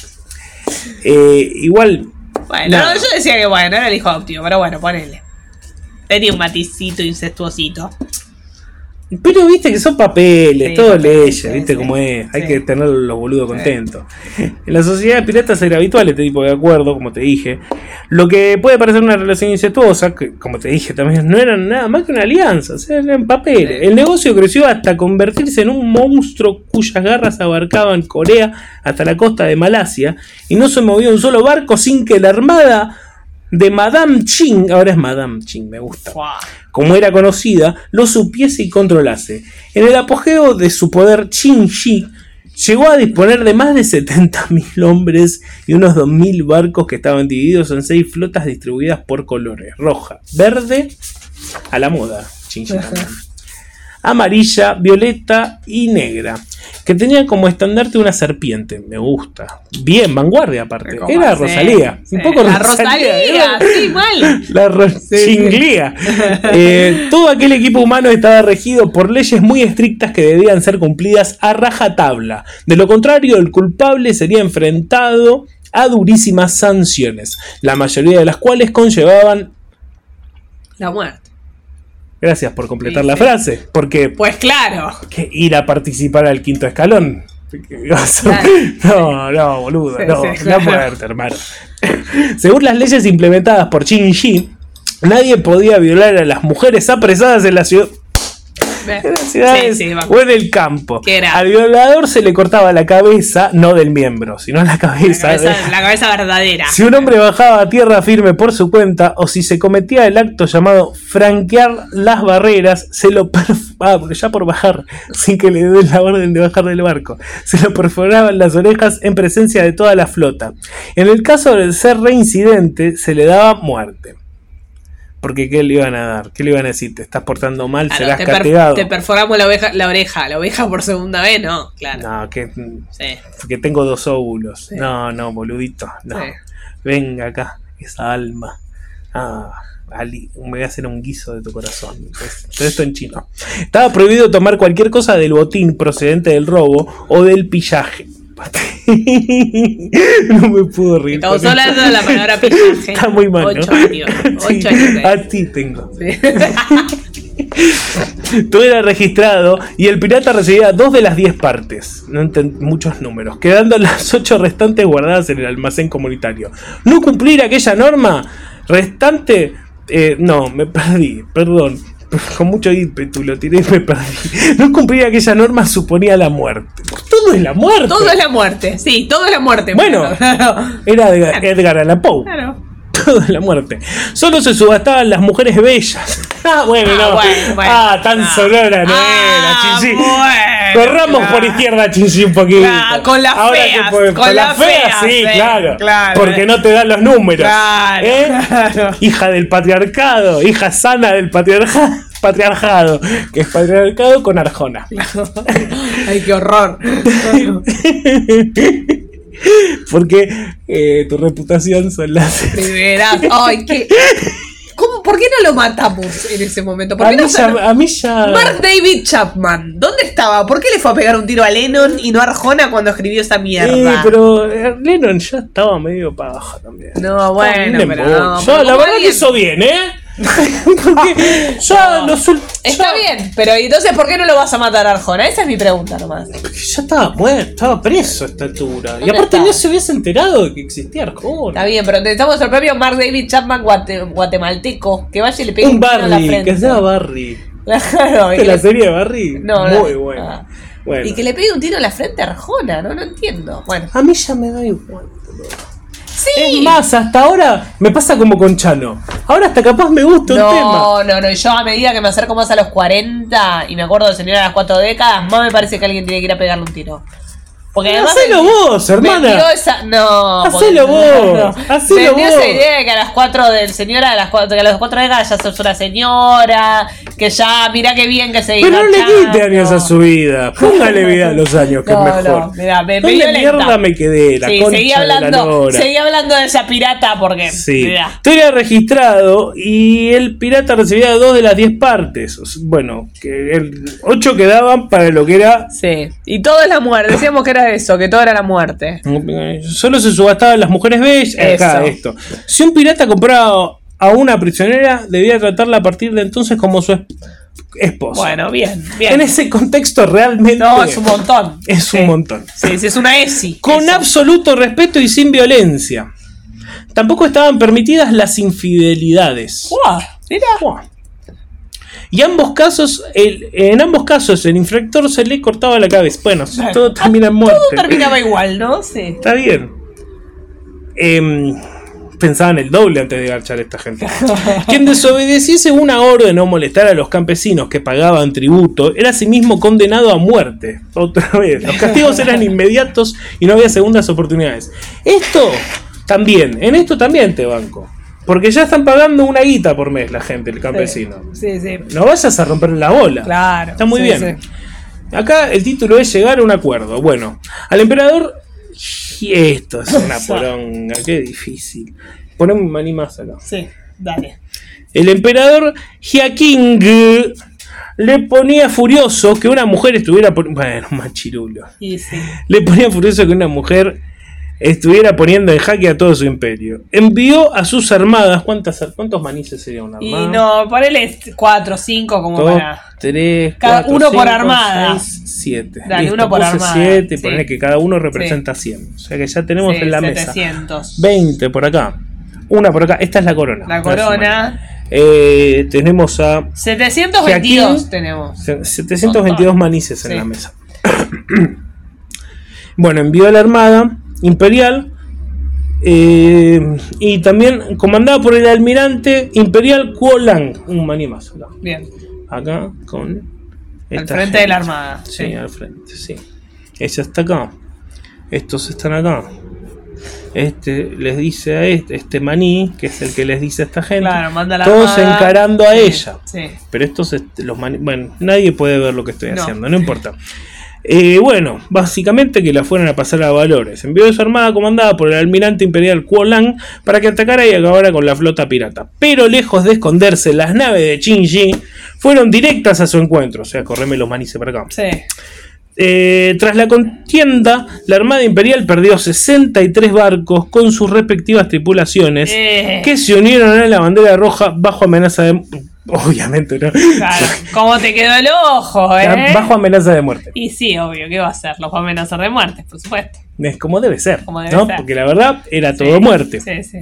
[SPEAKER 1] Eh, igual,
[SPEAKER 2] Bueno,
[SPEAKER 1] No.
[SPEAKER 2] no, yo decía que bueno, era el hijo adoptivo, pero bueno, ponele. Tenía un maticito incestuosito.
[SPEAKER 1] pero viste que son papeles,
[SPEAKER 2] Sí,
[SPEAKER 1] todo
[SPEAKER 2] papeles,
[SPEAKER 1] leyes,
[SPEAKER 2] sí,
[SPEAKER 1] viste
[SPEAKER 2] sí,
[SPEAKER 1] cómo es. Hay
[SPEAKER 2] sí.
[SPEAKER 1] que tener los boludos contentos. En la sociedad de piratas era habitual este tipo de acuerdo, como te dije. Lo que puede parecer una relación incestuosa, que como te dije también, no eran nada más que una alianza, o sea, eran papeles. El negocio creció hasta convertirse en un monstruo cuyas garras abarcaban Corea hasta la costa de Malasia y no se movía un solo barco sin que la armada de Madame Ching, ahora es Madame Ching, me gusta
[SPEAKER 2] Fua.
[SPEAKER 1] como era conocida, lo supiese y controlase. En el apogeo de su poder, Qin Shi llegó a disponer de más de 70.000 hombres y unos 2.000 barcos que estaban divididos en seis flotas distribuidas por colores: roja, verde, a la moda, Qin Shi también, amarilla, violeta y negra. Que tenía como estandarte una serpiente, me gusta. Bien, vanguardia aparte.
[SPEAKER 2] Como
[SPEAKER 1] Era
[SPEAKER 2] así,
[SPEAKER 1] Rosalía.
[SPEAKER 2] sí.
[SPEAKER 1] Un poco
[SPEAKER 2] La
[SPEAKER 1] Rosalía.
[SPEAKER 2] Rosalía, sí, mal.
[SPEAKER 1] La rochinglía. Eh, todo aquel equipo humano estaba regido por leyes muy estrictas que debían ser cumplidas a rajatabla. De lo contrario, el culpable sería enfrentado a durísimas sanciones, la mayoría de las cuales conllevaban.
[SPEAKER 2] La muerte.
[SPEAKER 1] Gracias por completar
[SPEAKER 2] Sí,
[SPEAKER 1] la
[SPEAKER 2] sí.
[SPEAKER 1] frase, porque
[SPEAKER 2] Pues claro.
[SPEAKER 1] que ir a participar al quinto escalón.
[SPEAKER 2] Claro.
[SPEAKER 1] No, no, boludo,
[SPEAKER 2] Sí,
[SPEAKER 1] no,
[SPEAKER 2] sí,
[SPEAKER 1] no
[SPEAKER 2] claro.
[SPEAKER 1] muerte, hermano. Según las leyes implementadas por Qin Shi, nadie podía violar a las mujeres apresadas en la ciudad.
[SPEAKER 2] Ve.
[SPEAKER 1] en las ciudades
[SPEAKER 2] Sí, sí, va.
[SPEAKER 1] o en el campo.
[SPEAKER 2] Qué grave.
[SPEAKER 1] Al violador se le cortaba la cabeza, no del miembro, sino la
[SPEAKER 2] La
[SPEAKER 1] cabeza. de-
[SPEAKER 2] cabeza, la cabeza verdadera.
[SPEAKER 1] si un hombre bajaba a tierra firme por su cuenta o si se cometía el acto llamado franquear las barreras, se lo perf- ah, porque ya por bajar, sin que le den la orden de bajar del barco, se lo perforaban las orejas en presencia de toda la flota. En el caso de ser reincidente, se le daba muerte. Porque qué le iban a dar, qué le iban a decir, te estás portando mal,
[SPEAKER 2] Claro,
[SPEAKER 1] serás
[SPEAKER 2] Ah, te, per-
[SPEAKER 1] castigado.
[SPEAKER 2] te perforamos la oveja, la oreja, la oveja por segunda vez, no, claro.
[SPEAKER 1] no, que,
[SPEAKER 2] Sí.
[SPEAKER 1] que tengo dos óvulos.
[SPEAKER 2] Sí.
[SPEAKER 1] No, no, boludito, no.
[SPEAKER 2] Sí.
[SPEAKER 1] Venga acá, esa alma. Ah, Ali, me voy a hacer un guiso de tu corazón. Entonces, Todo esto en chino. Estaba prohibido tomar cualquier cosa del botín procedente del robo o del pillaje. no me puedo reír.
[SPEAKER 2] Estamos
[SPEAKER 1] con esto.
[SPEAKER 2] hablando de la palabra pillaje.
[SPEAKER 1] Está muy mal,
[SPEAKER 2] Ocho
[SPEAKER 1] ¿no?
[SPEAKER 2] años.
[SPEAKER 1] Sí, Ah,
[SPEAKER 2] Ocho años.
[SPEAKER 1] a ti tengo.
[SPEAKER 2] Sí.
[SPEAKER 1] Todo era registrado y el pirata recibía dos de las diez partes, no enten- muchos números, quedando las ocho restantes guardadas en el almacén comunitario. No cumplir aquella norma restante, eh, no, me perdí, perdón. Con mucho ímpetu lo tiré y me perdí. No cumplir aquella norma suponía la muerte. Todo es la muerte.
[SPEAKER 2] Todo es la muerte, sí, todo es la muerte.
[SPEAKER 1] Bueno,
[SPEAKER 2] claro.
[SPEAKER 1] era de Edgar Allan Poe.
[SPEAKER 2] Claro.
[SPEAKER 1] mercado de la muerte. Solo se subastaban las mujeres bellas. ah, bueno,
[SPEAKER 2] Ah,
[SPEAKER 1] no.
[SPEAKER 2] bueno, bueno.
[SPEAKER 1] ah tan
[SPEAKER 2] Ah.
[SPEAKER 1] sonora no
[SPEAKER 2] Ah,
[SPEAKER 1] era, Chinchín.
[SPEAKER 2] bueno,
[SPEAKER 1] Corramos
[SPEAKER 2] claro.
[SPEAKER 1] por izquierda, Chinchín, un poquito.
[SPEAKER 2] Claro, con las
[SPEAKER 1] Ahora
[SPEAKER 2] feas,
[SPEAKER 1] que podemos-
[SPEAKER 2] con
[SPEAKER 1] con las
[SPEAKER 2] las
[SPEAKER 1] feas,
[SPEAKER 2] feas,
[SPEAKER 1] sí,
[SPEAKER 2] sí,
[SPEAKER 1] claro,
[SPEAKER 2] claro. eh.
[SPEAKER 1] Porque no te dan los números.
[SPEAKER 2] Claro,
[SPEAKER 1] ¿Eh?
[SPEAKER 2] claro.
[SPEAKER 1] Hija del patriarcado, hija sana del patriarcado. Patriarcado, que es patriarcado con Arjona.
[SPEAKER 2] Ay, qué horror.
[SPEAKER 1] Porque eh, tu reputación son las.
[SPEAKER 2] Primeras. Ay, qué. ¿Cómo, ¿Por qué no lo matamos en ese momento? ¿Por
[SPEAKER 1] A
[SPEAKER 2] qué
[SPEAKER 1] mí
[SPEAKER 2] no
[SPEAKER 1] ya.
[SPEAKER 2] sal-
[SPEAKER 1] a mí ya-
[SPEAKER 2] Mark David Chapman, ¿dónde estaba? ¿Por qué le fue a pegar un tiro a Lennon y no a Arjona cuando escribió esa mierda?
[SPEAKER 1] Eh, pero eh, Lennon ya estaba medio para abajo también.
[SPEAKER 2] No,
[SPEAKER 1] Un
[SPEAKER 2] bueno, pero
[SPEAKER 1] embole.
[SPEAKER 2] no,
[SPEAKER 1] Yo,
[SPEAKER 2] pero
[SPEAKER 1] la
[SPEAKER 2] ¿cómo
[SPEAKER 1] verdad que
[SPEAKER 2] alguien-
[SPEAKER 1] hizo bien, ¿eh? Porque ya los ul-
[SPEAKER 2] Está
[SPEAKER 1] ya-
[SPEAKER 2] bien, pero entonces ¿por qué no lo vas a matar a Arjona? Esa es mi pregunta nomás.
[SPEAKER 1] porque Ya estaba muerto, estaba preso a esta altura. Y
[SPEAKER 2] ¿Dónde
[SPEAKER 1] aparte
[SPEAKER 2] está?
[SPEAKER 1] no se hubiese enterado de que existía Arjona.
[SPEAKER 2] Está bien, pero necesitamos el propio Mark David Chapman guate- guatemalteco que vaya y le pegue
[SPEAKER 1] Un
[SPEAKER 2] tiro en la
[SPEAKER 1] Barry,
[SPEAKER 2] frente.
[SPEAKER 1] que sea Barry.
[SPEAKER 2] Claro, y
[SPEAKER 1] ¿Viste
[SPEAKER 2] que
[SPEAKER 1] la
[SPEAKER 2] le-
[SPEAKER 1] serie de Barry?
[SPEAKER 2] No, no.
[SPEAKER 1] Muy buena.
[SPEAKER 2] Ah.
[SPEAKER 1] Bueno.
[SPEAKER 2] y que le pegue un tiro en la frente a Arjona, ¿no? No entiendo. Bueno,
[SPEAKER 1] A mí ya me da igual. Es
[SPEAKER 2] sí.
[SPEAKER 1] más, hasta ahora me pasa como con Chano. Ahora hasta capaz me gusta un tema.
[SPEAKER 2] No, no, no. y Yo a medida que me acerco más a los 40 y me acuerdo de señora de las cuatro décadas, más me parece que alguien tiene que ir a pegarle un tiro. Porque además.
[SPEAKER 1] Hacelo
[SPEAKER 2] me-
[SPEAKER 1] vos,
[SPEAKER 2] me
[SPEAKER 1] hermana.
[SPEAKER 2] dio esa- No. porque-
[SPEAKER 1] Hacelo vos,
[SPEAKER 2] Me
[SPEAKER 1] hacelo
[SPEAKER 2] dio
[SPEAKER 1] vos.
[SPEAKER 2] esa idea de que a las cuatro del señora de las cuatro, que a las cuatro décadas ya sos una señora, que ya, mirá qué bien que se
[SPEAKER 1] Pero no le
[SPEAKER 2] engancharon.
[SPEAKER 1] quite años a su vida. Póngale vida a los años, que
[SPEAKER 2] No,
[SPEAKER 1] es mejor.
[SPEAKER 2] no, mirá, me- me
[SPEAKER 1] ¿Dónde
[SPEAKER 2] dio lenta.
[SPEAKER 1] mierda me quedé? La
[SPEAKER 2] Sí,
[SPEAKER 1] concha
[SPEAKER 2] seguí
[SPEAKER 1] de la
[SPEAKER 2] hablando,
[SPEAKER 1] lora.
[SPEAKER 2] seguí hablando de esa pirata porque.
[SPEAKER 1] Sí.
[SPEAKER 2] mirá.
[SPEAKER 1] Tú eras registrado y el pirata recibía dos de las diez partes. O sea, Bueno, que el ocho quedaban para lo que era.
[SPEAKER 2] Sí. Y todo es la muerte. Decíamos que era eso, que todo era la muerte.
[SPEAKER 1] Solo se subastaban las mujeres bellas. Acá,
[SPEAKER 2] Eso.
[SPEAKER 1] esto. Si un pirata compraba a una prisionera, debía tratarla a partir de entonces como su es- esposa.
[SPEAKER 2] Bueno, bien, bien.
[SPEAKER 1] en ese contexto realmente
[SPEAKER 2] No, es un montón.
[SPEAKER 1] es un
[SPEAKER 2] Sí.
[SPEAKER 1] montón.
[SPEAKER 2] Sí, sí, es una ESI.
[SPEAKER 1] Con
[SPEAKER 2] Eso.
[SPEAKER 1] absoluto respeto y sin violencia. Tampoco estaban permitidas las infidelidades.
[SPEAKER 2] Buah, mira.
[SPEAKER 1] Buah. Y ambos casos, el- en ambos casos, el infractor se le cortaba la cabeza. Bueno, todo termina en muerte.
[SPEAKER 2] Todo terminaba igual, ¿no? Sí.
[SPEAKER 1] Está bien. Em, pensaban el doble antes de garchar a esta gente. Quien desobedeciese una orden o molestar a los campesinos que pagaban tributo era asimismo condenado a muerte. Otra vez. Los castigos eran inmediatos y no había segundas oportunidades. Esto también, en esto también te banco. Porque ya están pagando una guita por mes la gente, el campesino.
[SPEAKER 2] Sí, sí.
[SPEAKER 1] No vayas a romper la bola.
[SPEAKER 2] Claro.
[SPEAKER 1] Está muy
[SPEAKER 2] Sí,
[SPEAKER 1] bien.
[SPEAKER 2] sí.
[SPEAKER 1] Acá el título es llegar a un acuerdo. Bueno, al emperador. Y esto es una poronga, qué difícil. Poneme un maní más acá.
[SPEAKER 2] Sí, dale.
[SPEAKER 1] El emperador Jiaking le ponía furioso que una mujer estuviera. pon- Bueno, machirulo.
[SPEAKER 2] Y sí.
[SPEAKER 1] Le ponía furioso que una mujer estuviera poniendo en jaque a todo su imperio. Envió a sus armadas. ¿Cuántas, ar- ¿Cuántos manices sería una
[SPEAKER 2] Y
[SPEAKER 1] armada?
[SPEAKER 2] no, ponele 4 o 5 como
[SPEAKER 1] Dos,
[SPEAKER 2] para.
[SPEAKER 1] tres,
[SPEAKER 2] Cada-
[SPEAKER 1] cuatro,
[SPEAKER 2] uno por
[SPEAKER 1] cinco,
[SPEAKER 2] armada.
[SPEAKER 1] seis, siete.
[SPEAKER 2] Dale, uno por
[SPEAKER 1] puse
[SPEAKER 2] armada,
[SPEAKER 1] siete,
[SPEAKER 2] sí.
[SPEAKER 1] ponele que cada uno representa 100. O sea que ya tenemos
[SPEAKER 2] sí,
[SPEAKER 1] en la mesa
[SPEAKER 2] 700.
[SPEAKER 1] 20 por acá. Una por acá. Esta es la corona.
[SPEAKER 2] La
[SPEAKER 1] Para
[SPEAKER 2] corona.
[SPEAKER 1] sumar. Eh, tenemos a
[SPEAKER 2] 722
[SPEAKER 1] Joaquín.
[SPEAKER 2] tenemos.
[SPEAKER 1] 722 manices en
[SPEAKER 2] Sí.
[SPEAKER 1] la mesa. bueno, envió a la armada imperial. eh, y también comandada por el almirante imperial Kuo Lang. Un maní más acá.
[SPEAKER 2] Bien.
[SPEAKER 1] acá con
[SPEAKER 2] Al
[SPEAKER 1] esta
[SPEAKER 2] frente
[SPEAKER 1] gente.
[SPEAKER 2] de la armada.
[SPEAKER 1] Sí,
[SPEAKER 2] Sí.
[SPEAKER 1] al frente, sí. Ella está acá. Estos están acá. Este les dice a este, este maní, que es el que les dice a esta gente.
[SPEAKER 2] Claro, manda la
[SPEAKER 1] todos
[SPEAKER 2] armada.
[SPEAKER 1] encarando a
[SPEAKER 2] Sí,
[SPEAKER 1] ella.
[SPEAKER 2] Sí.
[SPEAKER 1] Pero estos, este, los maní. Bueno, nadie puede ver lo que estoy
[SPEAKER 2] No.
[SPEAKER 1] haciendo, no importa. Eh, bueno, básicamente que la fueron a pasar a valores. Envió a su armada comandada por el almirante imperial Kuo Lang para que atacara y acabara con la flota pirata. Pero lejos de esconderse, las naves de Qin Shi fueron directas a su encuentro. O sea, correme los manices para acá.
[SPEAKER 2] Sí.
[SPEAKER 1] Eh, tras la contienda, la Armada Imperial perdió 63 barcos con sus respectivas tripulaciones
[SPEAKER 2] Eh.
[SPEAKER 1] que se unieron a la bandera roja bajo amenaza de... Obviamente, ¿no?
[SPEAKER 2] Claro. ¿Cómo te quedó el ojo, eh?
[SPEAKER 1] Bajo amenaza de muerte.
[SPEAKER 2] Y sí, obvio, ¿qué va a hacer? Los va a amenazar de muerte, por supuesto.
[SPEAKER 1] Es como debe ser,
[SPEAKER 2] Como debe
[SPEAKER 1] ¿no?
[SPEAKER 2] ser.
[SPEAKER 1] Porque la verdad era todo
[SPEAKER 2] Sí,
[SPEAKER 1] muerte.
[SPEAKER 2] Sí, sí.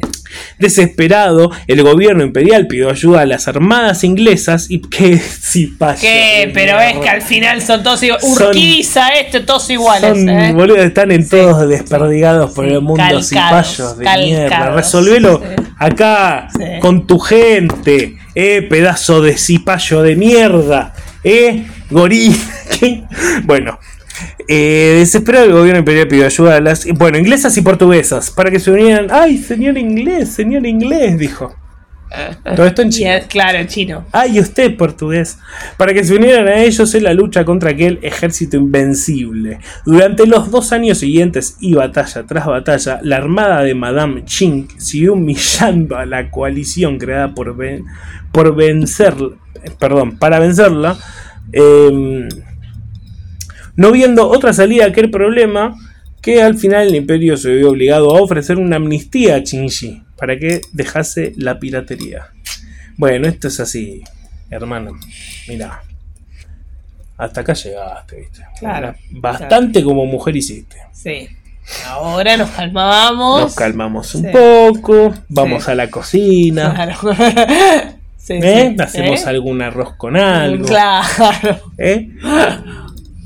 [SPEAKER 1] Desesperado, el gobierno imperial pidió ayuda a las armadas inglesas y que si pasó.
[SPEAKER 2] ¿Qué? Pero es que al final son todos iguales.
[SPEAKER 1] Son-
[SPEAKER 2] Urquiza, esto, todos iguales.
[SPEAKER 1] Son,
[SPEAKER 2] ¿eh?
[SPEAKER 1] boludo, están en todos desperdigados por
[SPEAKER 2] sí,
[SPEAKER 1] el mundo
[SPEAKER 2] calcados,
[SPEAKER 1] sin payos de
[SPEAKER 2] calcados,
[SPEAKER 1] mierda. Resolvelo
[SPEAKER 2] sí.
[SPEAKER 1] acá,
[SPEAKER 2] Sí.
[SPEAKER 1] con tu gente, eh, pedazo de cipayo de mierda, eh, gorila. ¿Qué? bueno. Eh, desesperado el gobierno imperial pidió ayuda a las bueno inglesas y portuguesas para que se unieran ay señor inglés señor inglés dijo todo esto en
[SPEAKER 2] Y
[SPEAKER 1] Chile
[SPEAKER 2] es- claro, chino.
[SPEAKER 1] ay usted portugués, para que se unieran a ellos en la lucha contra aquel ejército invencible. Durante los dos años siguientes y batalla tras batalla, la armada de Madame Ching siguió humillando a la coalición creada por, ven- por vencer, perdón, para vencerla. em, no viendo otra salida a aquel problema, que al final el imperio se vio obligado a ofrecer una amnistía a Qingxi para que dejase la piratería. Bueno, esto es así, hermano. Mirá. Hasta acá llegaste, viste.
[SPEAKER 2] Claro.
[SPEAKER 1] Bastante como mujer hiciste.
[SPEAKER 2] Sí. Ahora nos calmábamos.
[SPEAKER 1] Nos calmamos un
[SPEAKER 2] Sí.
[SPEAKER 1] poco, vamos
[SPEAKER 2] Sí.
[SPEAKER 1] a la cocina,
[SPEAKER 2] Claro. Sí,
[SPEAKER 1] ¿eh?
[SPEAKER 2] sí.
[SPEAKER 1] hacemos
[SPEAKER 2] ¿Eh?
[SPEAKER 1] algún arroz con algo.
[SPEAKER 2] Claro.
[SPEAKER 1] ¿eh?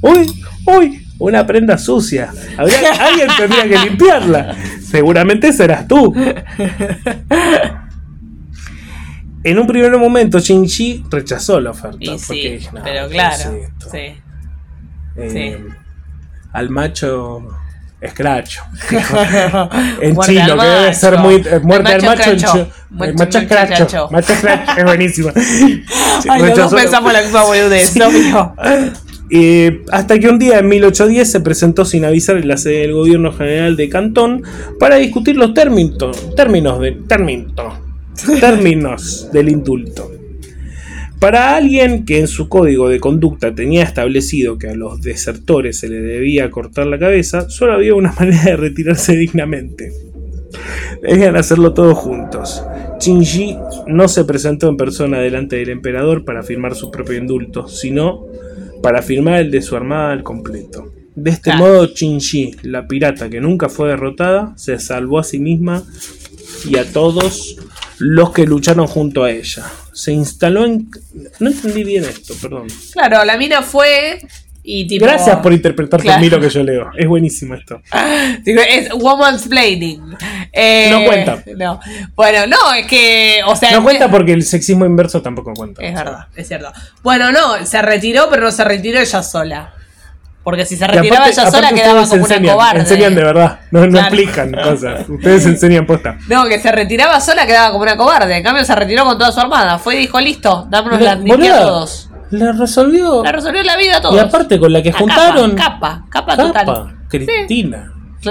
[SPEAKER 1] ¡Uy! ¡Uy! Una prenda sucia. Habría- alguien tendría que limpiarla. Seguramente serás tú. En un primer momento, Shinji rechazó la oferta.
[SPEAKER 2] Y sí,
[SPEAKER 1] dije, "No,
[SPEAKER 2] pero
[SPEAKER 1] ¿qué
[SPEAKER 2] claro.
[SPEAKER 1] es esto?".
[SPEAKER 2] Sí.
[SPEAKER 1] Eh, Al macho escracho. dijo. En
[SPEAKER 2] Muerte
[SPEAKER 1] chino,
[SPEAKER 2] al
[SPEAKER 1] que debe ser
[SPEAKER 2] macho.
[SPEAKER 1] muy. eh, muerte
[SPEAKER 2] El
[SPEAKER 1] al
[SPEAKER 2] macho
[SPEAKER 1] macho. en
[SPEAKER 2] escracho.
[SPEAKER 1] chino.
[SPEAKER 2] Macho-
[SPEAKER 1] Eh, Macho
[SPEAKER 2] macho
[SPEAKER 1] escracho.
[SPEAKER 2] escracho.
[SPEAKER 1] Macho escracho. Es buenísimo.
[SPEAKER 2] Ay, los dos
[SPEAKER 1] Rechazó la-
[SPEAKER 2] pensamos la misma boludez, obvio.
[SPEAKER 1] Eh, hasta que un día en 1810 se presentó sin avisar en la sede E del gobierno general de Cantón para discutir los término- términos, de, término- términos del indulto. Para alguien que en su código de conducta tenía establecido que a los desertores se le debía cortar la cabeza, solo había una manera de retirarse dignamente. Debían hacerlo todos juntos. Qingxi no se presentó en persona delante del emperador para firmar su propio indulto, sino para firmar el de su armada al completo. De este
[SPEAKER 2] Ah.
[SPEAKER 1] modo, Qingxi, la pirata que nunca fue derrotada, se salvó a sí misma y a todos los que lucharon junto a ella. Se instaló en... No entendí bien esto, perdón.
[SPEAKER 2] Claro, la mina fue y tipo.
[SPEAKER 1] Gracias por interpretar
[SPEAKER 2] Claro.
[SPEAKER 1] conmigo lo que yo leo. Es buenísimo esto.
[SPEAKER 2] Digo, Es woman's planning.
[SPEAKER 1] No cuenta.
[SPEAKER 2] No. Bueno, no, es que. O sea,
[SPEAKER 1] No
[SPEAKER 2] es-
[SPEAKER 1] cuenta porque el sexismo inverso tampoco cuenta.
[SPEAKER 2] Es verdad, es cierto. Bueno, no, se retiró, pero no se retiró ella sola. Porque si se
[SPEAKER 1] Y
[SPEAKER 2] retiraba
[SPEAKER 1] aparte-
[SPEAKER 2] ella sola
[SPEAKER 1] aparte
[SPEAKER 2] quedaba
[SPEAKER 1] ustedes
[SPEAKER 2] como una
[SPEAKER 1] enseñan,
[SPEAKER 2] cobarde.
[SPEAKER 1] Enseñan de verdad, no, no
[SPEAKER 2] Claro.
[SPEAKER 1] explican cosas. Ustedes enseñan posta.
[SPEAKER 2] No, que se retiraba sola quedaba como una cobarde. En cambio, se retiró con toda su armada. Fue y dijo: Listo, dámonos la amnistía a
[SPEAKER 1] Boluda,
[SPEAKER 2] todos.
[SPEAKER 1] La resolvió.
[SPEAKER 2] La resolvió la vida a todos.
[SPEAKER 1] y aparte con la que
[SPEAKER 2] A
[SPEAKER 1] juntaron.
[SPEAKER 2] Capa, capa, capa
[SPEAKER 1] Capa,
[SPEAKER 2] total.
[SPEAKER 1] Cristina.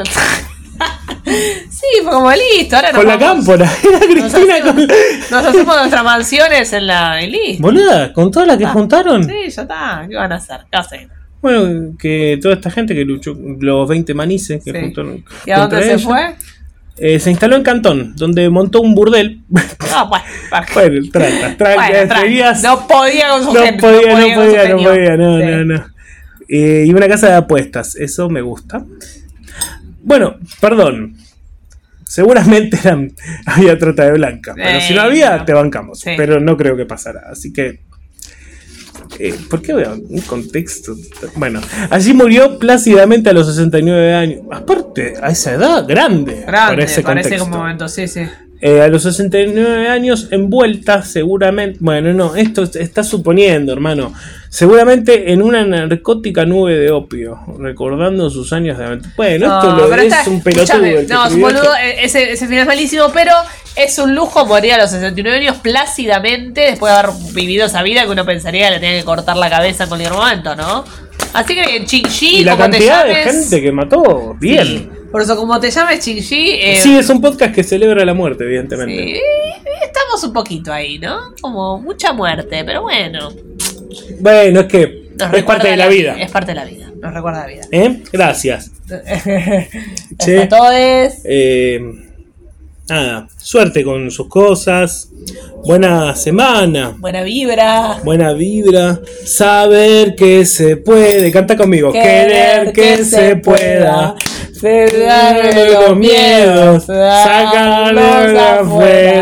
[SPEAKER 2] Sí, fue como listo. Ahora nos
[SPEAKER 1] Con la
[SPEAKER 2] vamos.
[SPEAKER 1] cámpora. Era
[SPEAKER 2] Nos
[SPEAKER 1] Cristina
[SPEAKER 2] hacemos,
[SPEAKER 1] con.
[SPEAKER 2] nos hacemos nuestras mansiones en la en listo.
[SPEAKER 1] Boluda, con toda la que
[SPEAKER 2] Ah,
[SPEAKER 1] juntaron.
[SPEAKER 2] Sí, ya está. ¿Qué van a hacer? ¿Qué hacen?
[SPEAKER 1] Bueno, que toda esta gente que luchó, los 20 manices que
[SPEAKER 2] Sí.
[SPEAKER 1] juntaron.
[SPEAKER 2] ¿Y a dónde
[SPEAKER 1] contra
[SPEAKER 2] se
[SPEAKER 1] ella,
[SPEAKER 2] fue?
[SPEAKER 1] eh, se instaló en Cantón, donde montó un burdel.
[SPEAKER 2] Ah, bueno, para-
[SPEAKER 1] bueno, trata, trata,
[SPEAKER 2] Bueno, tranqui.
[SPEAKER 1] Pues, seguías-
[SPEAKER 2] no podía con su
[SPEAKER 1] No
[SPEAKER 2] gente,
[SPEAKER 1] podía, no
[SPEAKER 2] con su
[SPEAKER 1] podía, no
[SPEAKER 2] genio.
[SPEAKER 1] podía, no,
[SPEAKER 2] Sí.
[SPEAKER 1] no, no. Eh, y una casa de apuestas, eso me gusta. Bueno, perdón. Seguramente eran- había trata de blanca, pero si no
[SPEAKER 2] Eh,
[SPEAKER 1] había,
[SPEAKER 2] no.
[SPEAKER 1] te bancamos.
[SPEAKER 2] Sí.
[SPEAKER 1] Pero no creo que pasara, así que. eh, ¿Por qué veo un contexto? Bueno, allí murió plácidamente a los 69 años. Aparte, a esa edad, grande.
[SPEAKER 2] Grande,
[SPEAKER 1] para ese
[SPEAKER 2] parece
[SPEAKER 1] contexto.
[SPEAKER 2] como momento, sí, sí.
[SPEAKER 1] Eh, a los 69 años, envuelta seguramente, bueno, no, esto se está suponiendo, hermano, seguramente en una narcótica nube de opio, recordando sus años de aventura. Bueno, esto
[SPEAKER 2] No,
[SPEAKER 1] lo
[SPEAKER 2] pero
[SPEAKER 1] es
[SPEAKER 2] está-
[SPEAKER 1] un pelotudo.
[SPEAKER 2] escúchame,
[SPEAKER 1] el que
[SPEAKER 2] No, es un
[SPEAKER 1] escribió esto.
[SPEAKER 2] boludo, eh, ese, ese final es malísimo, pero es un lujo morir a los 69 años plácidamente después de haber vivido esa vida que uno pensaría que le tenía que cortar la cabeza en cualquier momento, ¿no? Así que
[SPEAKER 1] y
[SPEAKER 2] Chinchi,
[SPEAKER 1] la
[SPEAKER 2] como te
[SPEAKER 1] cantidad de
[SPEAKER 2] llames.
[SPEAKER 1] gente que mató, bien.
[SPEAKER 2] Sí, Por eso, como te llames Chinchi, eh,
[SPEAKER 1] Sí, es un podcast que celebra la muerte, evidentemente.
[SPEAKER 2] sí, estamos un poquito ahí, ¿no? Como mucha muerte, pero bueno.
[SPEAKER 1] Bueno, es que
[SPEAKER 2] Nos
[SPEAKER 1] es
[SPEAKER 2] recuerda
[SPEAKER 1] parte de la vida.
[SPEAKER 2] Es parte de la vida. Nos recuerda la vida.
[SPEAKER 1] ¿Eh? Gracias. Che.
[SPEAKER 2] Hasta todos.
[SPEAKER 1] Eh, nada, suerte con sus cosas. Buena semana.
[SPEAKER 2] Buena vibra.
[SPEAKER 1] Buena vibra, saber que se puede. Canta conmigo. Querer, que, se pueda.
[SPEAKER 2] Se dan los miedos,
[SPEAKER 1] Sácalos
[SPEAKER 2] sácalos afuera.
[SPEAKER 1] afuera.